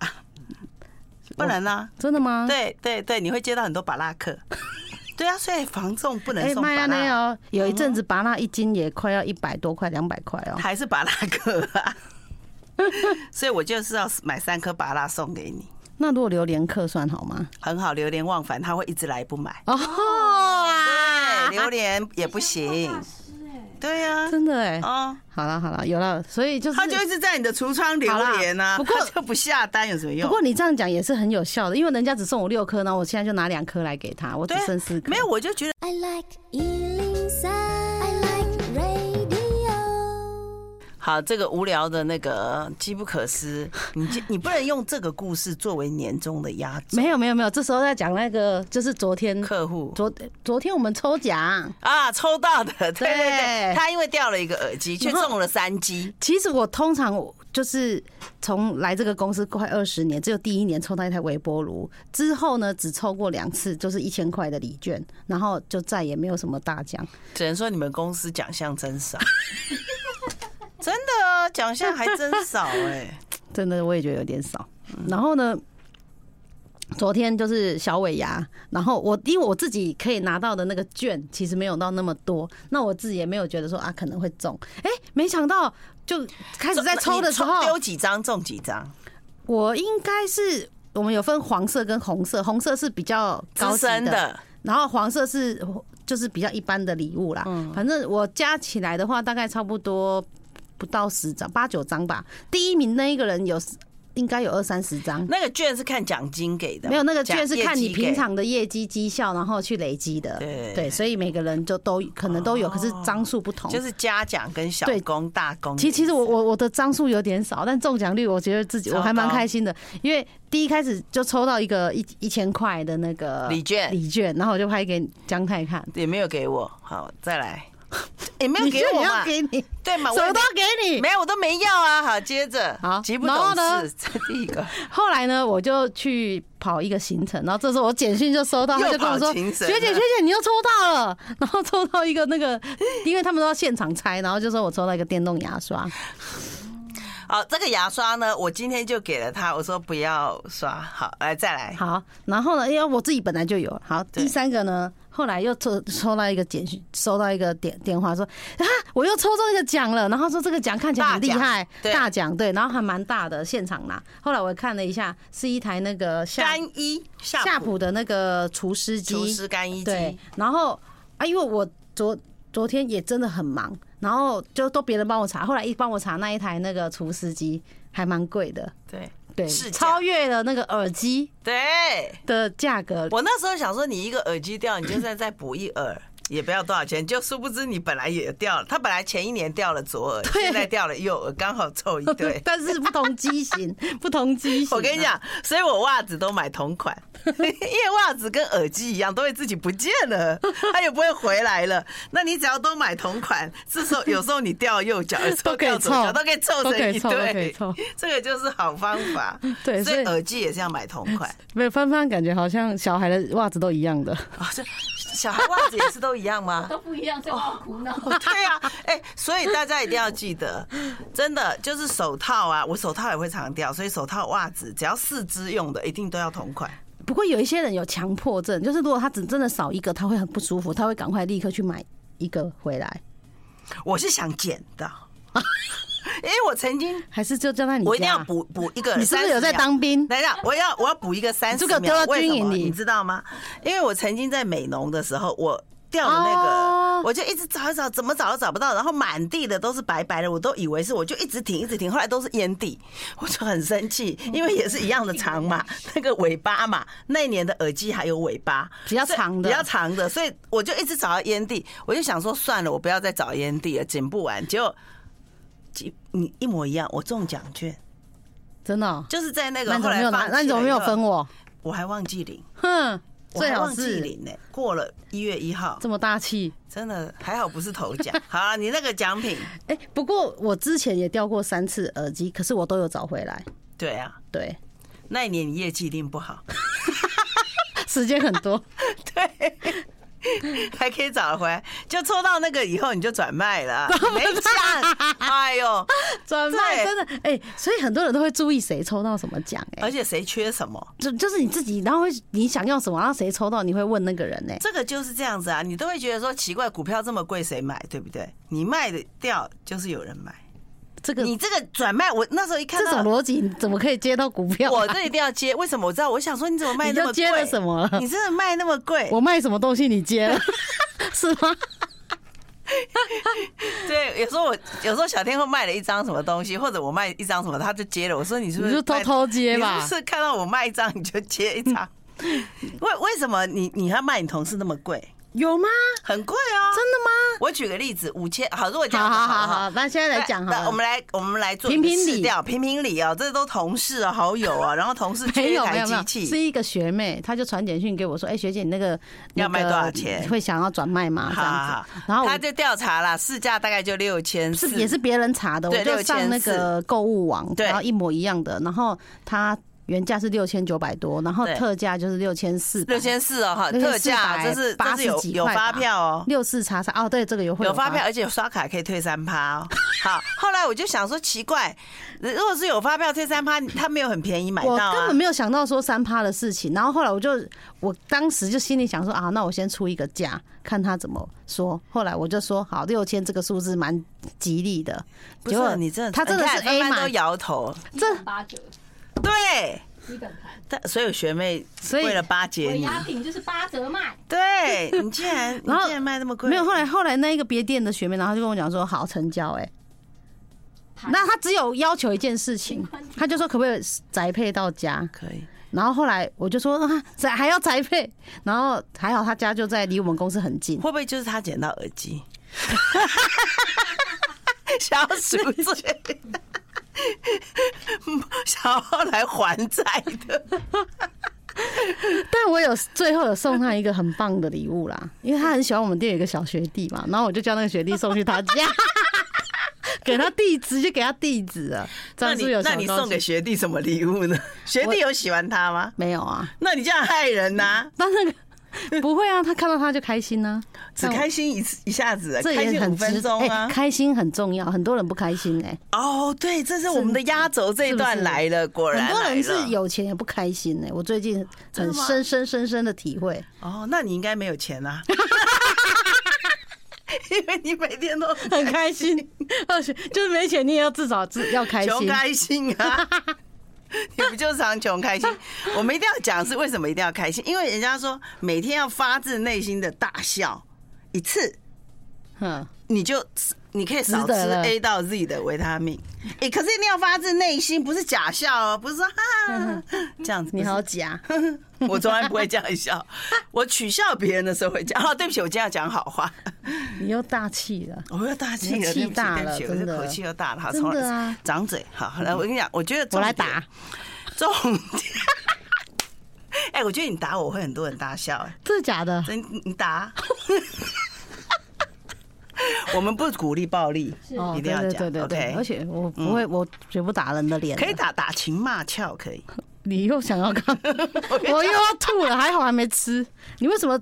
[SPEAKER 1] 不然呢、
[SPEAKER 2] 真的吗？
[SPEAKER 1] 对对对，你会接到很多芭乐客。对啊，所以房仲不能
[SPEAKER 2] 哎，
[SPEAKER 1] 送
[SPEAKER 2] 妈呀，
[SPEAKER 1] 芭
[SPEAKER 2] 那
[SPEAKER 1] 乐，
[SPEAKER 2] 哦，有一阵子拔蜡一斤也快要一百多块，两百块哦。
[SPEAKER 1] 还是芭乐客啊。 所以我就是要买三颗芭乐送给你，
[SPEAKER 2] 那如果榴莲客算好吗？
[SPEAKER 1] 很好，榴莲忘返，他会一直来不买。
[SPEAKER 2] 哦啊
[SPEAKER 1] 对，榴莲也不行。对啊，
[SPEAKER 2] 哎真的哎，
[SPEAKER 1] 哦，
[SPEAKER 2] 好了好了，有了，所以就是
[SPEAKER 1] 他就一直在你的橱窗榴莲啊，
[SPEAKER 2] 好啦不过
[SPEAKER 1] 他就不下单有什么用？
[SPEAKER 2] 不过你这样讲也是很有效的，因为人家只送我六颗，然后我现在就拿两颗来给他，我只
[SPEAKER 1] 对啊
[SPEAKER 2] 剩四颗。
[SPEAKER 1] 没有，我就觉得。
[SPEAKER 3] I like Ealing Sound. I like radio.
[SPEAKER 1] 好，这个无聊的那个机不可失，你就 你不能用这个故事作为年终的压轴。
[SPEAKER 2] 没有没有没有，这时候在讲那个就是昨天
[SPEAKER 1] 客户
[SPEAKER 2] 昨昨天我们抽奖，
[SPEAKER 1] 啊，抽到的，对对
[SPEAKER 2] 对
[SPEAKER 1] 对，他因为掉了一个耳机，却
[SPEAKER 2] 你不
[SPEAKER 1] 中了三击。
[SPEAKER 2] 其实我通常就是从来这个公司快二十年，只有第一年抽到一台微波炉，之后呢只抽过两次，就是一千块的礼券，然后就再也没有什么大奖。
[SPEAKER 1] 只能说你们公司奖项真 少，真的啊，奖项还真少 哎、
[SPEAKER 2] 真的我也觉得有点少。然后呢，昨天就是小尾牙，然后我因为我自己可以拿到的那个券其实没有到那么多，那我自己也没有觉得说啊可能会中，哎，没想到就开始在抽的时候
[SPEAKER 1] 你抽丢几张中几张，
[SPEAKER 2] 我应该是我们有分黄色跟红色，红色是比较高
[SPEAKER 1] 资
[SPEAKER 2] 级
[SPEAKER 1] 深
[SPEAKER 2] 的，
[SPEAKER 1] 的
[SPEAKER 2] 然后黄色是就是比较一般的礼物啦。
[SPEAKER 1] 嗯
[SPEAKER 2] 反正我加起来的话，大概差不多不到十张，八九张吧。第一名那一个人有应该有二三十张。
[SPEAKER 1] 那个券是看奖金给的，
[SPEAKER 2] 没有那个
[SPEAKER 1] 奖
[SPEAKER 2] 券是看你
[SPEAKER 1] 业绩给
[SPEAKER 2] 平常的业绩绩效，然后去累积的。
[SPEAKER 1] 对哦
[SPEAKER 2] 所以每个人就都可能都有，可是张数不同。
[SPEAKER 1] 就是嘉奖跟小
[SPEAKER 2] 对
[SPEAKER 1] 工大工。
[SPEAKER 2] 其实其实我我我的张数有点少，但中奖率我觉得自己
[SPEAKER 1] 超高
[SPEAKER 2] 我还蛮开心的，因为第一开始就抽到一个一一千块的那个
[SPEAKER 1] 礼券
[SPEAKER 2] 礼券，然后我就拍给江太看，
[SPEAKER 1] 也没有给我，好再 来，也没有
[SPEAKER 2] 你
[SPEAKER 1] 给
[SPEAKER 2] 就
[SPEAKER 1] 我
[SPEAKER 2] 要
[SPEAKER 1] 嘛，
[SPEAKER 2] 给你，
[SPEAKER 1] 对嘛，
[SPEAKER 2] 什
[SPEAKER 1] 我
[SPEAKER 2] 么
[SPEAKER 1] 也
[SPEAKER 2] 都给你
[SPEAKER 1] 没。有，我都没要啊。好，接着
[SPEAKER 2] 好
[SPEAKER 1] 极不
[SPEAKER 2] 然后
[SPEAKER 1] 懂
[SPEAKER 2] 呢
[SPEAKER 1] 事，这第一个
[SPEAKER 2] 后来呢，我就去跑一个行程，然后这时候我简讯就收到，
[SPEAKER 1] 又
[SPEAKER 2] 他就跟我
[SPEAKER 1] 跑
[SPEAKER 2] 说：“
[SPEAKER 1] 行
[SPEAKER 2] 学
[SPEAKER 1] 程
[SPEAKER 2] 姐，
[SPEAKER 1] 了
[SPEAKER 2] 学姐，你又抽到了。”然后抽到一个那个，因为他们都要现场拆，然后就说我抽到一个电动牙刷。
[SPEAKER 1] 好，这个牙刷呢，我今天就给了他，我说不要刷，好，来再来，
[SPEAKER 2] 好，然后呢，因为我自己本来就有。好，
[SPEAKER 1] 对
[SPEAKER 2] 第三个呢，后来又抽抽到一个简讯，收到一个电电话说啊，我又抽中一个奖了。然后说这个奖看起来很厉害
[SPEAKER 1] 大奖，对
[SPEAKER 2] 大奖对，然后还蛮大的，现场拿。后来我看了一下，是一台那个夏
[SPEAKER 1] 干衣
[SPEAKER 2] 夏
[SPEAKER 1] 夏
[SPEAKER 2] 普
[SPEAKER 1] 普
[SPEAKER 2] 的那个厨师机，
[SPEAKER 1] 厨师干衣
[SPEAKER 2] 对
[SPEAKER 1] 机，，
[SPEAKER 2] 然后啊，因为我昨昨天也真的很忙，然后就都别人帮我查，后来一帮我查那一台那个厨师机还蛮贵的，
[SPEAKER 1] 对
[SPEAKER 2] 对，
[SPEAKER 1] 市价
[SPEAKER 2] 超越了那个耳机
[SPEAKER 1] 对。
[SPEAKER 2] 的价格。
[SPEAKER 1] 我那时候想说，你一个耳机掉，你就算再补一耳，也不要多少钱。就殊不知你本来也掉了，他本来前一年掉了左耳，现在掉了右耳，刚好凑一 对。
[SPEAKER 2] 但是不同机型， 不同机型啊。
[SPEAKER 1] 我跟你讲，所以我袜子都买同款， 因为袜子跟耳机一样，都会自己不见了，它也不会回来了。那你只要都买同款，至少有时候你掉右脚，有时候
[SPEAKER 2] 都可以
[SPEAKER 1] 掉左脚，
[SPEAKER 2] 凑
[SPEAKER 1] 都可以凑
[SPEAKER 2] 都可
[SPEAKER 1] 成
[SPEAKER 2] 以
[SPEAKER 1] 一
[SPEAKER 2] 凑都可以
[SPEAKER 1] 对
[SPEAKER 2] 凑。
[SPEAKER 1] 这个就是好方法。
[SPEAKER 2] 对
[SPEAKER 1] 所
[SPEAKER 2] 所
[SPEAKER 1] 以
[SPEAKER 2] 以
[SPEAKER 1] 耳机也是要买同款。
[SPEAKER 2] 没有翻翻，感觉好像小孩的袜子都一样的。
[SPEAKER 1] 啊，这小孩袜子也是都一样 吗？
[SPEAKER 4] 都不一样，所以我好苦恼。
[SPEAKER 2] 哦
[SPEAKER 1] 对啊，哎、所以大家一定要记得，真的就是手套啊，我手套也会常掉，所以手套、袜子只要四肢用的，一定都要同款。
[SPEAKER 2] 不过有一些人有强迫症，就是如果他只真的少一个，他会很不舒服，他会赶快立刻去买一个回来，
[SPEAKER 1] 我是想捡的， 因为我曾经
[SPEAKER 2] 还是就叫在你家。
[SPEAKER 1] 我一定要补补一个，
[SPEAKER 2] 你是不是有在
[SPEAKER 1] 30秒
[SPEAKER 2] 当兵？
[SPEAKER 1] 等一下，我要我要补一个三
[SPEAKER 2] 嗯这
[SPEAKER 1] 十
[SPEAKER 2] 个
[SPEAKER 1] 秒，
[SPEAKER 2] 丢到
[SPEAKER 1] 为
[SPEAKER 2] 军
[SPEAKER 1] 什
[SPEAKER 2] 营
[SPEAKER 1] 么？
[SPEAKER 2] 里
[SPEAKER 1] 你知道吗？因为我曾经在美农的时候，我掉了那
[SPEAKER 2] 哦
[SPEAKER 1] 个，我就一直找一找，怎么找都找不到，然后满地的都是白白的，我都以为是，我就一直停一直停，后来都是烟蒂， 我就很生气，
[SPEAKER 2] 嗯
[SPEAKER 1] 因为也是一样的长 嘛，那个尾巴嘛，那一年的耳机还有尾巴，
[SPEAKER 2] 比较
[SPEAKER 1] 所以
[SPEAKER 2] 长的
[SPEAKER 1] 比较长的，所以我就一直找到烟蒂，我就想说算了，我不要再找烟蒂了，捡不完，结果。几你一模一样，我中奖券
[SPEAKER 2] 真的哦、
[SPEAKER 1] 就是在那个
[SPEAKER 2] 那你
[SPEAKER 1] 后
[SPEAKER 2] 怎么没
[SPEAKER 1] 来
[SPEAKER 2] 有
[SPEAKER 1] 放
[SPEAKER 2] 拿？
[SPEAKER 1] 弃
[SPEAKER 2] 那你怎
[SPEAKER 1] 了
[SPEAKER 2] 么没
[SPEAKER 1] 以
[SPEAKER 2] 有
[SPEAKER 1] 后
[SPEAKER 2] 分我？
[SPEAKER 1] 我还忘记领，
[SPEAKER 2] 哼，
[SPEAKER 1] 我还
[SPEAKER 2] 最好
[SPEAKER 1] 忘记
[SPEAKER 2] 是
[SPEAKER 1] 领呢、过了一月一号，
[SPEAKER 2] 这么大气。
[SPEAKER 1] 真的还好不是头奖。 好了，你那个奖品，
[SPEAKER 2] 哎、不过我之前也掉过三次耳机，可是我都有找回来。
[SPEAKER 1] 对啊，
[SPEAKER 2] 对，
[SPEAKER 1] 那一年你业绩一定不好，
[SPEAKER 2] 时间很多，
[SPEAKER 1] 还可以找回来，就抽到那个以后你就转卖 了，啊没奖。哎呦，
[SPEAKER 2] 转卖
[SPEAKER 1] 对
[SPEAKER 2] 真的哎、所以很多人都会注意谁抽到什么奖哎、
[SPEAKER 1] 而且谁缺什么，
[SPEAKER 2] 就就是你自己，然后会你想要什么，然后谁抽到，你会问那个人哎呢、
[SPEAKER 1] 这个就是这样子啊，你都会觉得说奇怪，股票这么贵谁买，对不对？你卖的掉就是有人买，
[SPEAKER 2] 这个
[SPEAKER 1] 你这个转卖，我那时候一看
[SPEAKER 2] 这种
[SPEAKER 1] 到。
[SPEAKER 2] 逻辑你怎么可以接到股票、啊？
[SPEAKER 1] 我这一定要接，为什么？我知道，我想说你怎么卖
[SPEAKER 2] 你
[SPEAKER 1] 那
[SPEAKER 2] 就
[SPEAKER 1] 么
[SPEAKER 2] 接了什
[SPEAKER 1] 贵？
[SPEAKER 2] 么了？
[SPEAKER 1] 你真的卖那么贵？
[SPEAKER 2] 我卖什么东西你接 了？是吗？
[SPEAKER 1] 对，有时候我有时候小天后卖了一张什么东西，或者我卖一张什么，他就接了。我说你是不是
[SPEAKER 2] 你就偷
[SPEAKER 1] 卖
[SPEAKER 2] 偷接吧嗯
[SPEAKER 1] 你是不是看到我卖一张你就接一张？为为什么你你还卖你同事那么贵？
[SPEAKER 2] 有吗？
[SPEAKER 1] 很贵啊！
[SPEAKER 2] 真的吗？
[SPEAKER 1] 我举个例子，五千好，如果
[SPEAKER 2] 好
[SPEAKER 1] 讲
[SPEAKER 2] 好好
[SPEAKER 1] 了
[SPEAKER 2] 好，那现在来讲好
[SPEAKER 1] 那
[SPEAKER 2] 了。
[SPEAKER 1] 我们来我们来做一个
[SPEAKER 2] 评评理
[SPEAKER 1] 试调，评评理哦，这都同事啊、好友啊，然后同事
[SPEAKER 2] 没
[SPEAKER 1] 缺一
[SPEAKER 2] 有没
[SPEAKER 1] 台
[SPEAKER 2] 有没
[SPEAKER 1] 机
[SPEAKER 2] 有，是
[SPEAKER 1] 器，
[SPEAKER 2] 一个学妹，她就传简讯给我说：“哎、学姐，你那个
[SPEAKER 1] 要卖
[SPEAKER 2] 那个
[SPEAKER 1] 多少钱
[SPEAKER 2] 会想要转卖吗？”这
[SPEAKER 1] 好
[SPEAKER 2] 样
[SPEAKER 1] 好
[SPEAKER 2] 子，然
[SPEAKER 1] 好，
[SPEAKER 2] 后我
[SPEAKER 1] 他就调查了，市价大概就六千，
[SPEAKER 2] 是也是别人查的，我
[SPEAKER 1] 对
[SPEAKER 2] 就上那个购物网，
[SPEAKER 1] 对
[SPEAKER 2] 然后一模一样的，然后它原价是六千九百多，然后
[SPEAKER 1] 对
[SPEAKER 2] 特价就是六千四，
[SPEAKER 1] 六千四哦，哈，特
[SPEAKER 2] 6400
[SPEAKER 1] 价这是这是有
[SPEAKER 2] 80几
[SPEAKER 1] 有
[SPEAKER 2] 块
[SPEAKER 1] 发
[SPEAKER 2] 吧
[SPEAKER 1] 票哦，
[SPEAKER 2] 六四叉叉哦，对，这个有会
[SPEAKER 1] 有发票，，而且有刷卡可以退三趴 哦。好，后来我就想说奇怪，如果是有发票退三趴，他没有很便宜买到
[SPEAKER 2] 我
[SPEAKER 1] 啊。
[SPEAKER 2] 根本没有想到说三趴的事情，然后后来我就我当时就心里想说啊，那我先出一个价，看他怎么说。后来我就说好，六千这个数字蛮吉利的，
[SPEAKER 1] 不
[SPEAKER 2] 结
[SPEAKER 1] 是
[SPEAKER 2] 果
[SPEAKER 1] 你真的，
[SPEAKER 2] 他真的
[SPEAKER 1] 你
[SPEAKER 2] 是
[SPEAKER 1] 看
[SPEAKER 2] A
[SPEAKER 1] 慢慢都
[SPEAKER 2] 买，
[SPEAKER 1] 摇头。
[SPEAKER 4] 这八折，
[SPEAKER 1] 对对，
[SPEAKER 4] 基本盘，
[SPEAKER 1] 但所有学妹
[SPEAKER 2] 所以
[SPEAKER 1] 为了巴结
[SPEAKER 4] 尾
[SPEAKER 1] 你，
[SPEAKER 4] 牙饼就是八折卖，
[SPEAKER 1] 对你竟然你
[SPEAKER 2] 然后
[SPEAKER 1] 竟然卖那么贵，
[SPEAKER 2] 没有，后来后来那一个别店的学妹，然后她就跟我讲说好成交哎、
[SPEAKER 4] 盘
[SPEAKER 2] 那她只有要求一件事情，她就说可不可以宅配到家？
[SPEAKER 1] 可以，
[SPEAKER 2] 然后后来我就说啊宅还要宅配，然后还好她家就在离我们公司很近，
[SPEAKER 1] 会不会就是他捡到耳机？ 小鼠最 想要来还债的，
[SPEAKER 2] 但我有最后有送她一个很棒的礼物啦，因为她很喜欢我们店有一个小学弟嘛，然后我就叫那个学弟送去她家， 给她地址就给她地址了，这
[SPEAKER 1] 那
[SPEAKER 2] 样是
[SPEAKER 1] 你
[SPEAKER 2] 不是有小
[SPEAKER 1] 那你
[SPEAKER 2] 高
[SPEAKER 1] 送给
[SPEAKER 2] 兴
[SPEAKER 1] 学弟什么礼物呢？学弟有喜欢他吗？
[SPEAKER 2] 没有啊？
[SPEAKER 1] 那你这样害人呐、
[SPEAKER 2] 但那个不会啊，他看到她就开心呢、啊，
[SPEAKER 1] 只
[SPEAKER 2] 但我
[SPEAKER 1] 开心一次一下子，
[SPEAKER 2] 这
[SPEAKER 1] 开
[SPEAKER 2] 也
[SPEAKER 1] 心
[SPEAKER 2] 很
[SPEAKER 1] 五分
[SPEAKER 2] 值
[SPEAKER 1] 钟
[SPEAKER 2] 哎
[SPEAKER 1] 啊！
[SPEAKER 2] 开心很重要，很多人不开心哎、
[SPEAKER 1] 哦，对，这是我们的压轴这一段来了，果然
[SPEAKER 2] 很多人
[SPEAKER 1] 来了
[SPEAKER 2] 是有钱也不开心哎、我最近
[SPEAKER 1] 真
[SPEAKER 2] 很
[SPEAKER 1] 的吗
[SPEAKER 2] 深深深深的 体会，
[SPEAKER 1] 哦，那你应该没有钱 啊，因为你每天都
[SPEAKER 2] 很开 心，而且就是没钱你也要至少 至要开
[SPEAKER 1] 穷
[SPEAKER 2] 心。
[SPEAKER 1] 开心 啊！你不就常穷开心？我们一定要讲是为什么一定要开心，因为人家说每天要发自内心的大笑一次，
[SPEAKER 2] 嗯，
[SPEAKER 1] 你就你可以少
[SPEAKER 2] 值
[SPEAKER 1] 吃
[SPEAKER 2] 得了
[SPEAKER 1] A 到 Z 的维他命。哎、可是一定要发自内心，不是假笑哦，不是说哈哈 这样子。
[SPEAKER 2] 你好假，
[SPEAKER 1] 不 是，我从来不会这样笑。我取笑别人的时候会讲，哦，对不起，我今天要讲好话，
[SPEAKER 2] 你又大气了。
[SPEAKER 1] 我又大气
[SPEAKER 2] 你
[SPEAKER 1] 了，
[SPEAKER 2] 气
[SPEAKER 1] 对不起，
[SPEAKER 2] 大
[SPEAKER 1] 对不
[SPEAKER 2] 了
[SPEAKER 1] 起，我这
[SPEAKER 2] 真的
[SPEAKER 1] 口气又大了，好，
[SPEAKER 2] 真
[SPEAKER 1] 从
[SPEAKER 2] 的啊
[SPEAKER 1] 长嘴，好，来，我跟你讲，我觉得
[SPEAKER 2] 我来
[SPEAKER 1] 重点
[SPEAKER 2] 打，
[SPEAKER 1] 重点。 哎、我觉得你打我会很多人大笑、哎，
[SPEAKER 2] 真的假的？
[SPEAKER 1] 真你打。啊 我们不鼓励暴力，
[SPEAKER 2] 哦，
[SPEAKER 1] 一
[SPEAKER 2] 对
[SPEAKER 1] 定要
[SPEAKER 2] 对
[SPEAKER 1] 讲
[SPEAKER 2] 对对对，
[SPEAKER 1] ，OK 嗯
[SPEAKER 2] 而。且我不会，我绝不打人的脸。啊
[SPEAKER 1] 可以，打打情骂俏，可以。
[SPEAKER 2] 你又想要干嘛？ 我又要吐了，还好还没吃。你为什么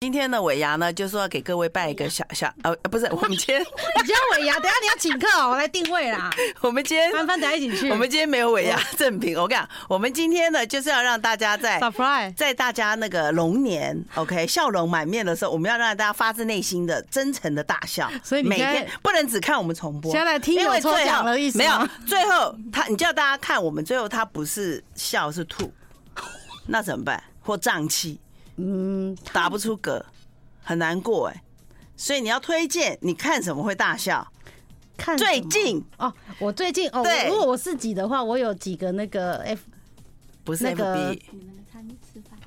[SPEAKER 1] 今天的尾牙呢，就说要给各位拜一个小小呃，不 是，我们今天
[SPEAKER 2] 你今天尾牙，等一下你要请客哦，我来定 位啦。
[SPEAKER 1] 我们今天
[SPEAKER 2] 翻翻等一下一起去。
[SPEAKER 1] 我们今天没有尾牙赠品。我跟你讲，我们今天呢就是要让大家在
[SPEAKER 2] surprise，
[SPEAKER 1] 在大家那个龙年，OK，笑容满面的时候，我们要让大家发自内心的、真诚的大笑。
[SPEAKER 2] 所以你
[SPEAKER 1] 每
[SPEAKER 2] 现在
[SPEAKER 1] 天不能只看我们重播，
[SPEAKER 2] 现在听
[SPEAKER 1] 因为
[SPEAKER 2] 友抽
[SPEAKER 1] 最
[SPEAKER 2] 奖
[SPEAKER 1] 后
[SPEAKER 2] 了意思
[SPEAKER 1] 没有
[SPEAKER 2] 吗，
[SPEAKER 1] 最后他，你叫大家看我们，最后他不是笑是吐， 那怎么办？或胀气，
[SPEAKER 2] 嗯，
[SPEAKER 1] 打不出嗝，很难过哎、所以你要推荐你看什么会大笑？
[SPEAKER 2] 看什么
[SPEAKER 1] 最近
[SPEAKER 2] 哦，我最近哦，
[SPEAKER 1] 对
[SPEAKER 2] 我如果我自己的话，我有几个那个 F
[SPEAKER 1] 不是
[SPEAKER 2] 那
[SPEAKER 1] FB
[SPEAKER 2] 个
[SPEAKER 4] 你们的餐吃饭，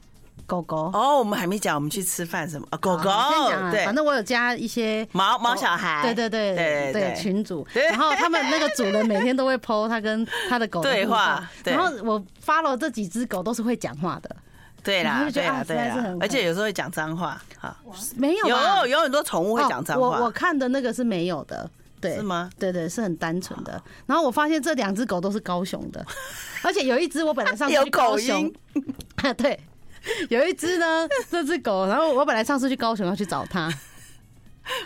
[SPEAKER 2] 狗狗，
[SPEAKER 1] 哦，我们还没讲我们去吃饭什么啊？狗狗
[SPEAKER 2] 好先讲啊
[SPEAKER 1] 对，
[SPEAKER 2] 反正我有加一些。
[SPEAKER 1] 毛毛小孩，
[SPEAKER 2] 对对对
[SPEAKER 1] 对
[SPEAKER 2] 对，群主，
[SPEAKER 1] 对
[SPEAKER 2] 然后他们那个主人每天都会 PO 他跟他的狗的
[SPEAKER 1] 对
[SPEAKER 2] 互动
[SPEAKER 1] 话对
[SPEAKER 2] 然后我 follow 这几只狗都是会讲话的，
[SPEAKER 1] 对
[SPEAKER 2] 然
[SPEAKER 1] 啦
[SPEAKER 2] 后就觉
[SPEAKER 1] 对
[SPEAKER 2] 得
[SPEAKER 1] 啦
[SPEAKER 2] 啊
[SPEAKER 1] 对
[SPEAKER 2] 实在是
[SPEAKER 1] 啦
[SPEAKER 2] 很，
[SPEAKER 1] 而且有时候会讲脏话啊，
[SPEAKER 2] 没有吧
[SPEAKER 1] 有有很多宠物会讲脏
[SPEAKER 2] 哦我我
[SPEAKER 1] 话，
[SPEAKER 2] 看的那个是没有的，对，
[SPEAKER 1] 是吗？
[SPEAKER 2] 对对，是很单纯的。然后我发现这两只狗都是高雄的，而且有一只我本来上 次
[SPEAKER 1] 有
[SPEAKER 2] 去高
[SPEAKER 1] 狗
[SPEAKER 2] 雄
[SPEAKER 1] 音，
[SPEAKER 2] 啊对，有一只呢，这只狗，然后我本来上次去高雄要去找它，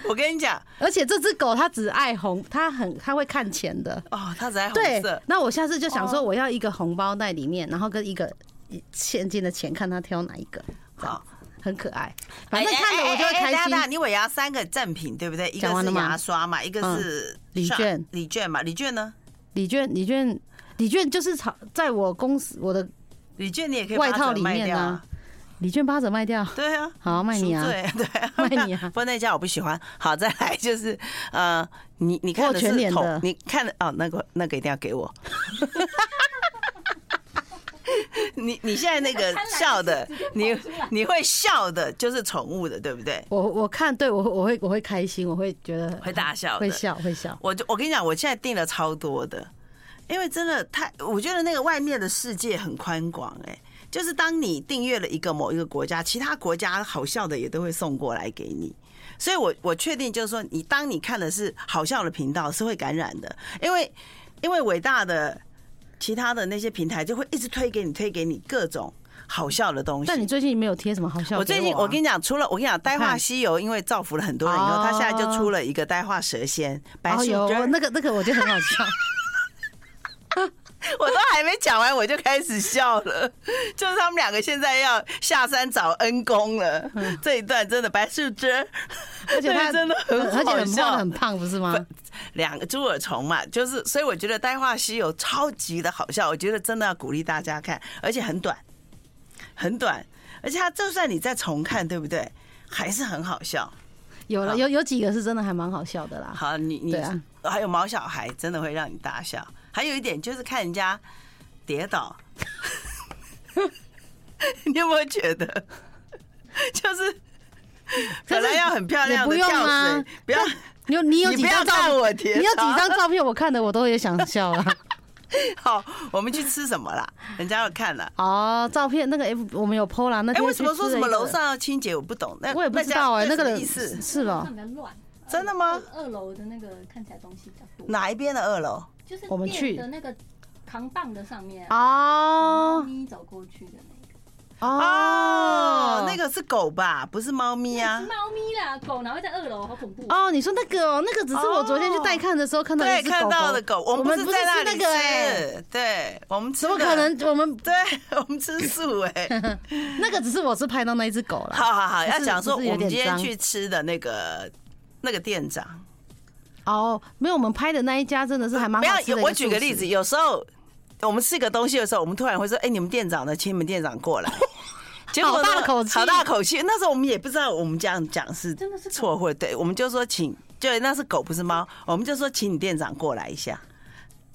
[SPEAKER 1] 我跟你讲
[SPEAKER 2] 而且这只狗它只爱红，它很它会看钱的，
[SPEAKER 1] 哦，它才红
[SPEAKER 2] 对
[SPEAKER 1] 色。，
[SPEAKER 2] 那我下次就想说我要一个红包袋里面，然后跟一个现金的钱，看它挑哪一个，这样
[SPEAKER 1] 好
[SPEAKER 2] 很可爱，反正看了我就会
[SPEAKER 1] 哎哎哎哎等
[SPEAKER 2] 开
[SPEAKER 1] 一下等一下
[SPEAKER 2] 心。
[SPEAKER 1] 你尾牙三个赠品对不对？一个
[SPEAKER 2] 讲完
[SPEAKER 1] 是
[SPEAKER 2] 了吗嗯
[SPEAKER 1] 牙刷嘛，一个是
[SPEAKER 2] 礼
[SPEAKER 1] 刷
[SPEAKER 2] 券
[SPEAKER 1] 礼券嘛，礼券呢？
[SPEAKER 2] 李娟，李娟，李娟就是炒在我公司我的
[SPEAKER 1] 礼券你也可以
[SPEAKER 2] 外
[SPEAKER 1] 把它
[SPEAKER 2] 套
[SPEAKER 1] 整
[SPEAKER 2] 里
[SPEAKER 1] 卖
[SPEAKER 2] 面
[SPEAKER 1] 掉
[SPEAKER 2] 啊。李娟八折卖掉。
[SPEAKER 1] 对啊，
[SPEAKER 2] 好卖你啊
[SPEAKER 1] 赎罪对啊，
[SPEAKER 2] 卖你啊
[SPEAKER 1] 不过那家我不喜欢。好，再来就是呃，你你看的
[SPEAKER 2] 我有全
[SPEAKER 1] 是
[SPEAKER 2] 脸的
[SPEAKER 1] 桶，你看的哦，那个那个一定要给我。 你你现在那个笑的，你你会笑的，就是宠物的，对不对？
[SPEAKER 2] 我我看对我我会我会开心，我会觉得
[SPEAKER 1] 会大笑的
[SPEAKER 2] 会笑会笑。
[SPEAKER 1] 我就我跟你讲，我现在订了超多的，因为真的太，我觉得那个外面的世界很宽广哎。就是当你订阅了一个某一个国家，其他国家好笑的也都会送过来给你，所以我我确定就是说，你当你看的是好笑的频道是会感染的，因为因为伟大的其他的那些平台就会一直推给你推给你各种好笑的东西。
[SPEAKER 2] 但你最近没有贴什么好笑给啊？
[SPEAKER 1] 我最近我跟你讲，除了我跟你讲《呆
[SPEAKER 2] 我
[SPEAKER 1] 话
[SPEAKER 2] 看
[SPEAKER 1] 西游》，因为造福了很多人以后，他现在就
[SPEAKER 2] 哦
[SPEAKER 1] 出了一个《呆话蛇仙》白
[SPEAKER 2] 哦
[SPEAKER 1] 素
[SPEAKER 2] 有
[SPEAKER 1] 贞，
[SPEAKER 2] 那个那个我觉得很好笑，
[SPEAKER 1] 我都还没讲完，我就开始笑了。就是他们两个现在要下山找恩公了，这一段真的白素贞，
[SPEAKER 2] 嗯而且 他
[SPEAKER 1] 对真的很
[SPEAKER 2] 而且
[SPEAKER 1] 好
[SPEAKER 2] 很胖
[SPEAKER 1] 笑
[SPEAKER 2] 很。胖不是吗？
[SPEAKER 1] 两个猪耳虫嘛，就是所以我觉得《呆话西游》超级的好笑，我觉得真的要鼓励大家看，而且很短，很短，而且它就算你再重看，对不对？还是很好笑。
[SPEAKER 2] 有了
[SPEAKER 1] 好
[SPEAKER 2] 有有几个是真的还蛮好笑的啦。
[SPEAKER 1] 好，你你、
[SPEAKER 2] 对啊
[SPEAKER 1] 还有毛小孩真的会让你大笑，还有一点就是看人家跌倒， 你有没有觉得？ 就是
[SPEAKER 2] 可
[SPEAKER 1] 本
[SPEAKER 2] 是
[SPEAKER 1] 来要很漂亮
[SPEAKER 2] 也不
[SPEAKER 1] 的
[SPEAKER 2] 用
[SPEAKER 1] 跳
[SPEAKER 2] 啊
[SPEAKER 1] 水，不要
[SPEAKER 2] 你有你有
[SPEAKER 1] 你
[SPEAKER 2] 几
[SPEAKER 1] 不要
[SPEAKER 2] 张照
[SPEAKER 1] 看我贴
[SPEAKER 2] 你有
[SPEAKER 1] 照
[SPEAKER 2] 几张照片我看的我都也想笑 啊。
[SPEAKER 1] 好，我们去吃什么啦？人家要看了。
[SPEAKER 2] 哦，照片那个 F 我们有 PO 啦。那
[SPEAKER 1] 哎、
[SPEAKER 2] 天
[SPEAKER 1] 为什么
[SPEAKER 2] 去吃
[SPEAKER 1] 说什
[SPEAKER 2] 了
[SPEAKER 1] 么
[SPEAKER 2] 一个
[SPEAKER 1] 楼？上要清洁？我不懂，那
[SPEAKER 2] 我也不知道哎，
[SPEAKER 1] 那
[SPEAKER 2] 那个
[SPEAKER 1] 什么
[SPEAKER 2] 人
[SPEAKER 1] 意思
[SPEAKER 2] 是
[SPEAKER 4] 楼
[SPEAKER 2] 吧
[SPEAKER 4] 上？比较乱。
[SPEAKER 1] 真的吗
[SPEAKER 4] 二？二楼的那个看起来东西比较多，
[SPEAKER 1] 哪一边的二楼？
[SPEAKER 4] 就是
[SPEAKER 2] 我们
[SPEAKER 4] 店
[SPEAKER 2] 去
[SPEAKER 4] 的那个扛棒的上面，
[SPEAKER 2] 哦
[SPEAKER 4] 你走过去的那个
[SPEAKER 1] 哦
[SPEAKER 2] 哦，，
[SPEAKER 1] 那个是狗吧，不是猫咪啊
[SPEAKER 4] 是。猫咪啦，狗哪会在二楼？好恐怖哦！
[SPEAKER 2] 哦，你说那个哦，那个只是我昨天去带看的时候看到
[SPEAKER 1] 哦对，
[SPEAKER 2] 一只狗
[SPEAKER 1] 看
[SPEAKER 2] 狗
[SPEAKER 1] 到的狗，我
[SPEAKER 2] 我
[SPEAKER 1] 们
[SPEAKER 2] 们
[SPEAKER 1] 不
[SPEAKER 2] 不
[SPEAKER 1] 是
[SPEAKER 2] 是
[SPEAKER 1] 在那
[SPEAKER 2] 吃那
[SPEAKER 1] 里
[SPEAKER 2] 个哎，
[SPEAKER 1] 吃，对，我们吃
[SPEAKER 2] 怎么
[SPEAKER 1] 的
[SPEAKER 2] 可？能？我们
[SPEAKER 1] 对， 我们吃素哎、
[SPEAKER 2] 那个只是我是拍到那一只狗啦。
[SPEAKER 1] 好好好，
[SPEAKER 2] 不
[SPEAKER 1] 要
[SPEAKER 2] 是
[SPEAKER 1] 讲说
[SPEAKER 2] 不是有
[SPEAKER 1] 我们
[SPEAKER 2] 点
[SPEAKER 1] 今天
[SPEAKER 2] 脏
[SPEAKER 1] 去吃的那个那个店长，
[SPEAKER 2] 哦，没有，我们拍的那一家真的是还蛮
[SPEAKER 1] 不
[SPEAKER 2] 好
[SPEAKER 1] 要
[SPEAKER 2] 吃的。
[SPEAKER 1] 我举个例子，，有时候我们吃个东西的时候，我们突然会说：“哎、你们店长呢？请你们店长过 来。”结果呢
[SPEAKER 2] 好大的口气
[SPEAKER 1] 好大的口气。那时候我们也不知道我们这样讲是
[SPEAKER 4] 真的是狗
[SPEAKER 1] 错或对，我们就说请，就那是狗不是猫，我们就说请你店长过来一下。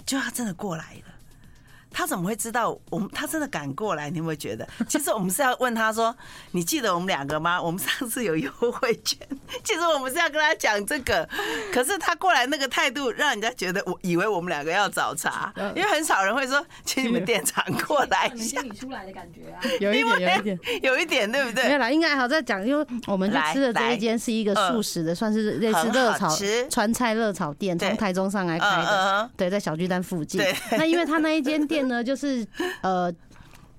[SPEAKER 1] 就他真的过来了，他怎么会知道我们？他真的敢过来？你有没有觉得？ 其实我们是要问他说：“你记得我们两个吗？我们上次有优惠券。” 其实我们是要跟他讲这个，可是他过来那个态度，让人家觉得我以为我们两个要找 茬，因为很少人会说请你们店长过来
[SPEAKER 4] 你
[SPEAKER 1] 一
[SPEAKER 4] 们
[SPEAKER 1] 下
[SPEAKER 4] 经，理出来的感觉啊，
[SPEAKER 2] 有一点，有一点。
[SPEAKER 1] 有一点对不
[SPEAKER 2] 没有
[SPEAKER 1] 对？
[SPEAKER 2] 啦，应该还好再讲，因为我们去吃的这一间是一个素食的，算是类似热
[SPEAKER 1] 嗯很
[SPEAKER 2] 炒
[SPEAKER 1] 好吃
[SPEAKER 2] 川菜热炒店，
[SPEAKER 1] 对
[SPEAKER 2] 从台中上来开
[SPEAKER 1] 嗯嗯
[SPEAKER 2] 的
[SPEAKER 1] 嗯，
[SPEAKER 2] 对，在小巨蛋附近
[SPEAKER 1] 对。
[SPEAKER 2] 那因为他那一间店呢，就是呃，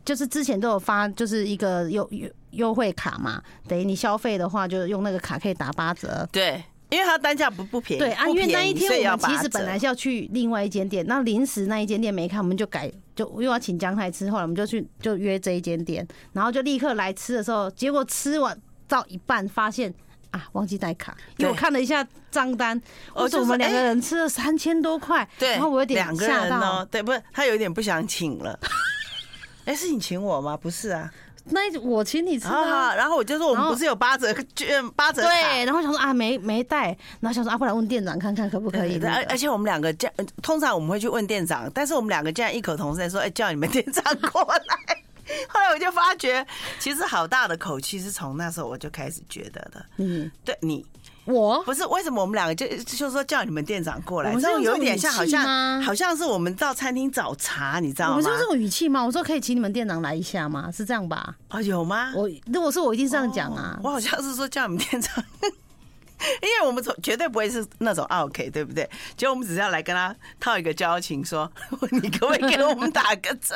[SPEAKER 2] 就是之前都有发，就是一个优优优惠卡嘛，等于你消费的话，就用那个卡可以打八折。
[SPEAKER 1] 对，因为他单价不不便宜，
[SPEAKER 2] 对啊，
[SPEAKER 1] 不
[SPEAKER 2] 因为
[SPEAKER 1] 便宜
[SPEAKER 2] 那一天
[SPEAKER 1] 所以
[SPEAKER 2] 我
[SPEAKER 1] 要
[SPEAKER 2] 们其
[SPEAKER 1] 八
[SPEAKER 2] 实
[SPEAKER 1] 折
[SPEAKER 2] 本来是要去另外一间店，那临时那一间店没开，我们就改，就又要请姜太吃，后来我们就去就约这一间店，然后就立刻来吃的时候，结果吃完到一半发现。啊，忘记带卡，因为我
[SPEAKER 1] 对
[SPEAKER 2] 看了一下账单，
[SPEAKER 1] 哦
[SPEAKER 2] 我说
[SPEAKER 1] 就
[SPEAKER 2] 我
[SPEAKER 1] 是
[SPEAKER 2] 们两个
[SPEAKER 1] 哎
[SPEAKER 2] 人吃了三千多块，
[SPEAKER 1] 对，
[SPEAKER 2] 然后我有点
[SPEAKER 1] 两个
[SPEAKER 2] 吓
[SPEAKER 1] 人
[SPEAKER 2] 到。
[SPEAKER 1] 哦，对，不是他有点不想请了。 哎，是你请我吗？不是啊，
[SPEAKER 2] 那一我请你吃啊
[SPEAKER 1] 啊，，然后我就说我们不是有八折券、八折卡，
[SPEAKER 2] 对，然后想说啊没没带，然后想说啊，不然问店长看看可不可以
[SPEAKER 1] 对
[SPEAKER 2] 那
[SPEAKER 1] 而
[SPEAKER 2] 个。
[SPEAKER 1] 而且我们两个这样，呃通常我们会去问店长，但是我们两个竟然异口同声说：“哎、叫你们店长过来。” 后来我就发觉，其实好大的口气是从那时候我就开始觉得的。
[SPEAKER 2] 你
[SPEAKER 1] 对你
[SPEAKER 2] 我
[SPEAKER 1] 不是为什么我们两个就就说叫你们店长过来，
[SPEAKER 2] 我们是
[SPEAKER 1] 这种有
[SPEAKER 2] 用这种
[SPEAKER 1] 点
[SPEAKER 2] 语
[SPEAKER 1] 像好
[SPEAKER 2] 气
[SPEAKER 1] 像
[SPEAKER 2] 吗
[SPEAKER 1] 好像是我们到餐厅找茶，你知
[SPEAKER 2] 我
[SPEAKER 1] 道吗
[SPEAKER 2] 们是？用这种语气吗？我说可以请你们店长来一下吗？是这样吧？
[SPEAKER 1] 哦，有吗？
[SPEAKER 2] 我如果是我一定是这样讲啊
[SPEAKER 1] 哦。我好像是说叫你们店长， 因为我们从绝对不会是那种 OK，对不对？结果我们只是要来跟他套一个交情，说 你可不可以给我们打个折，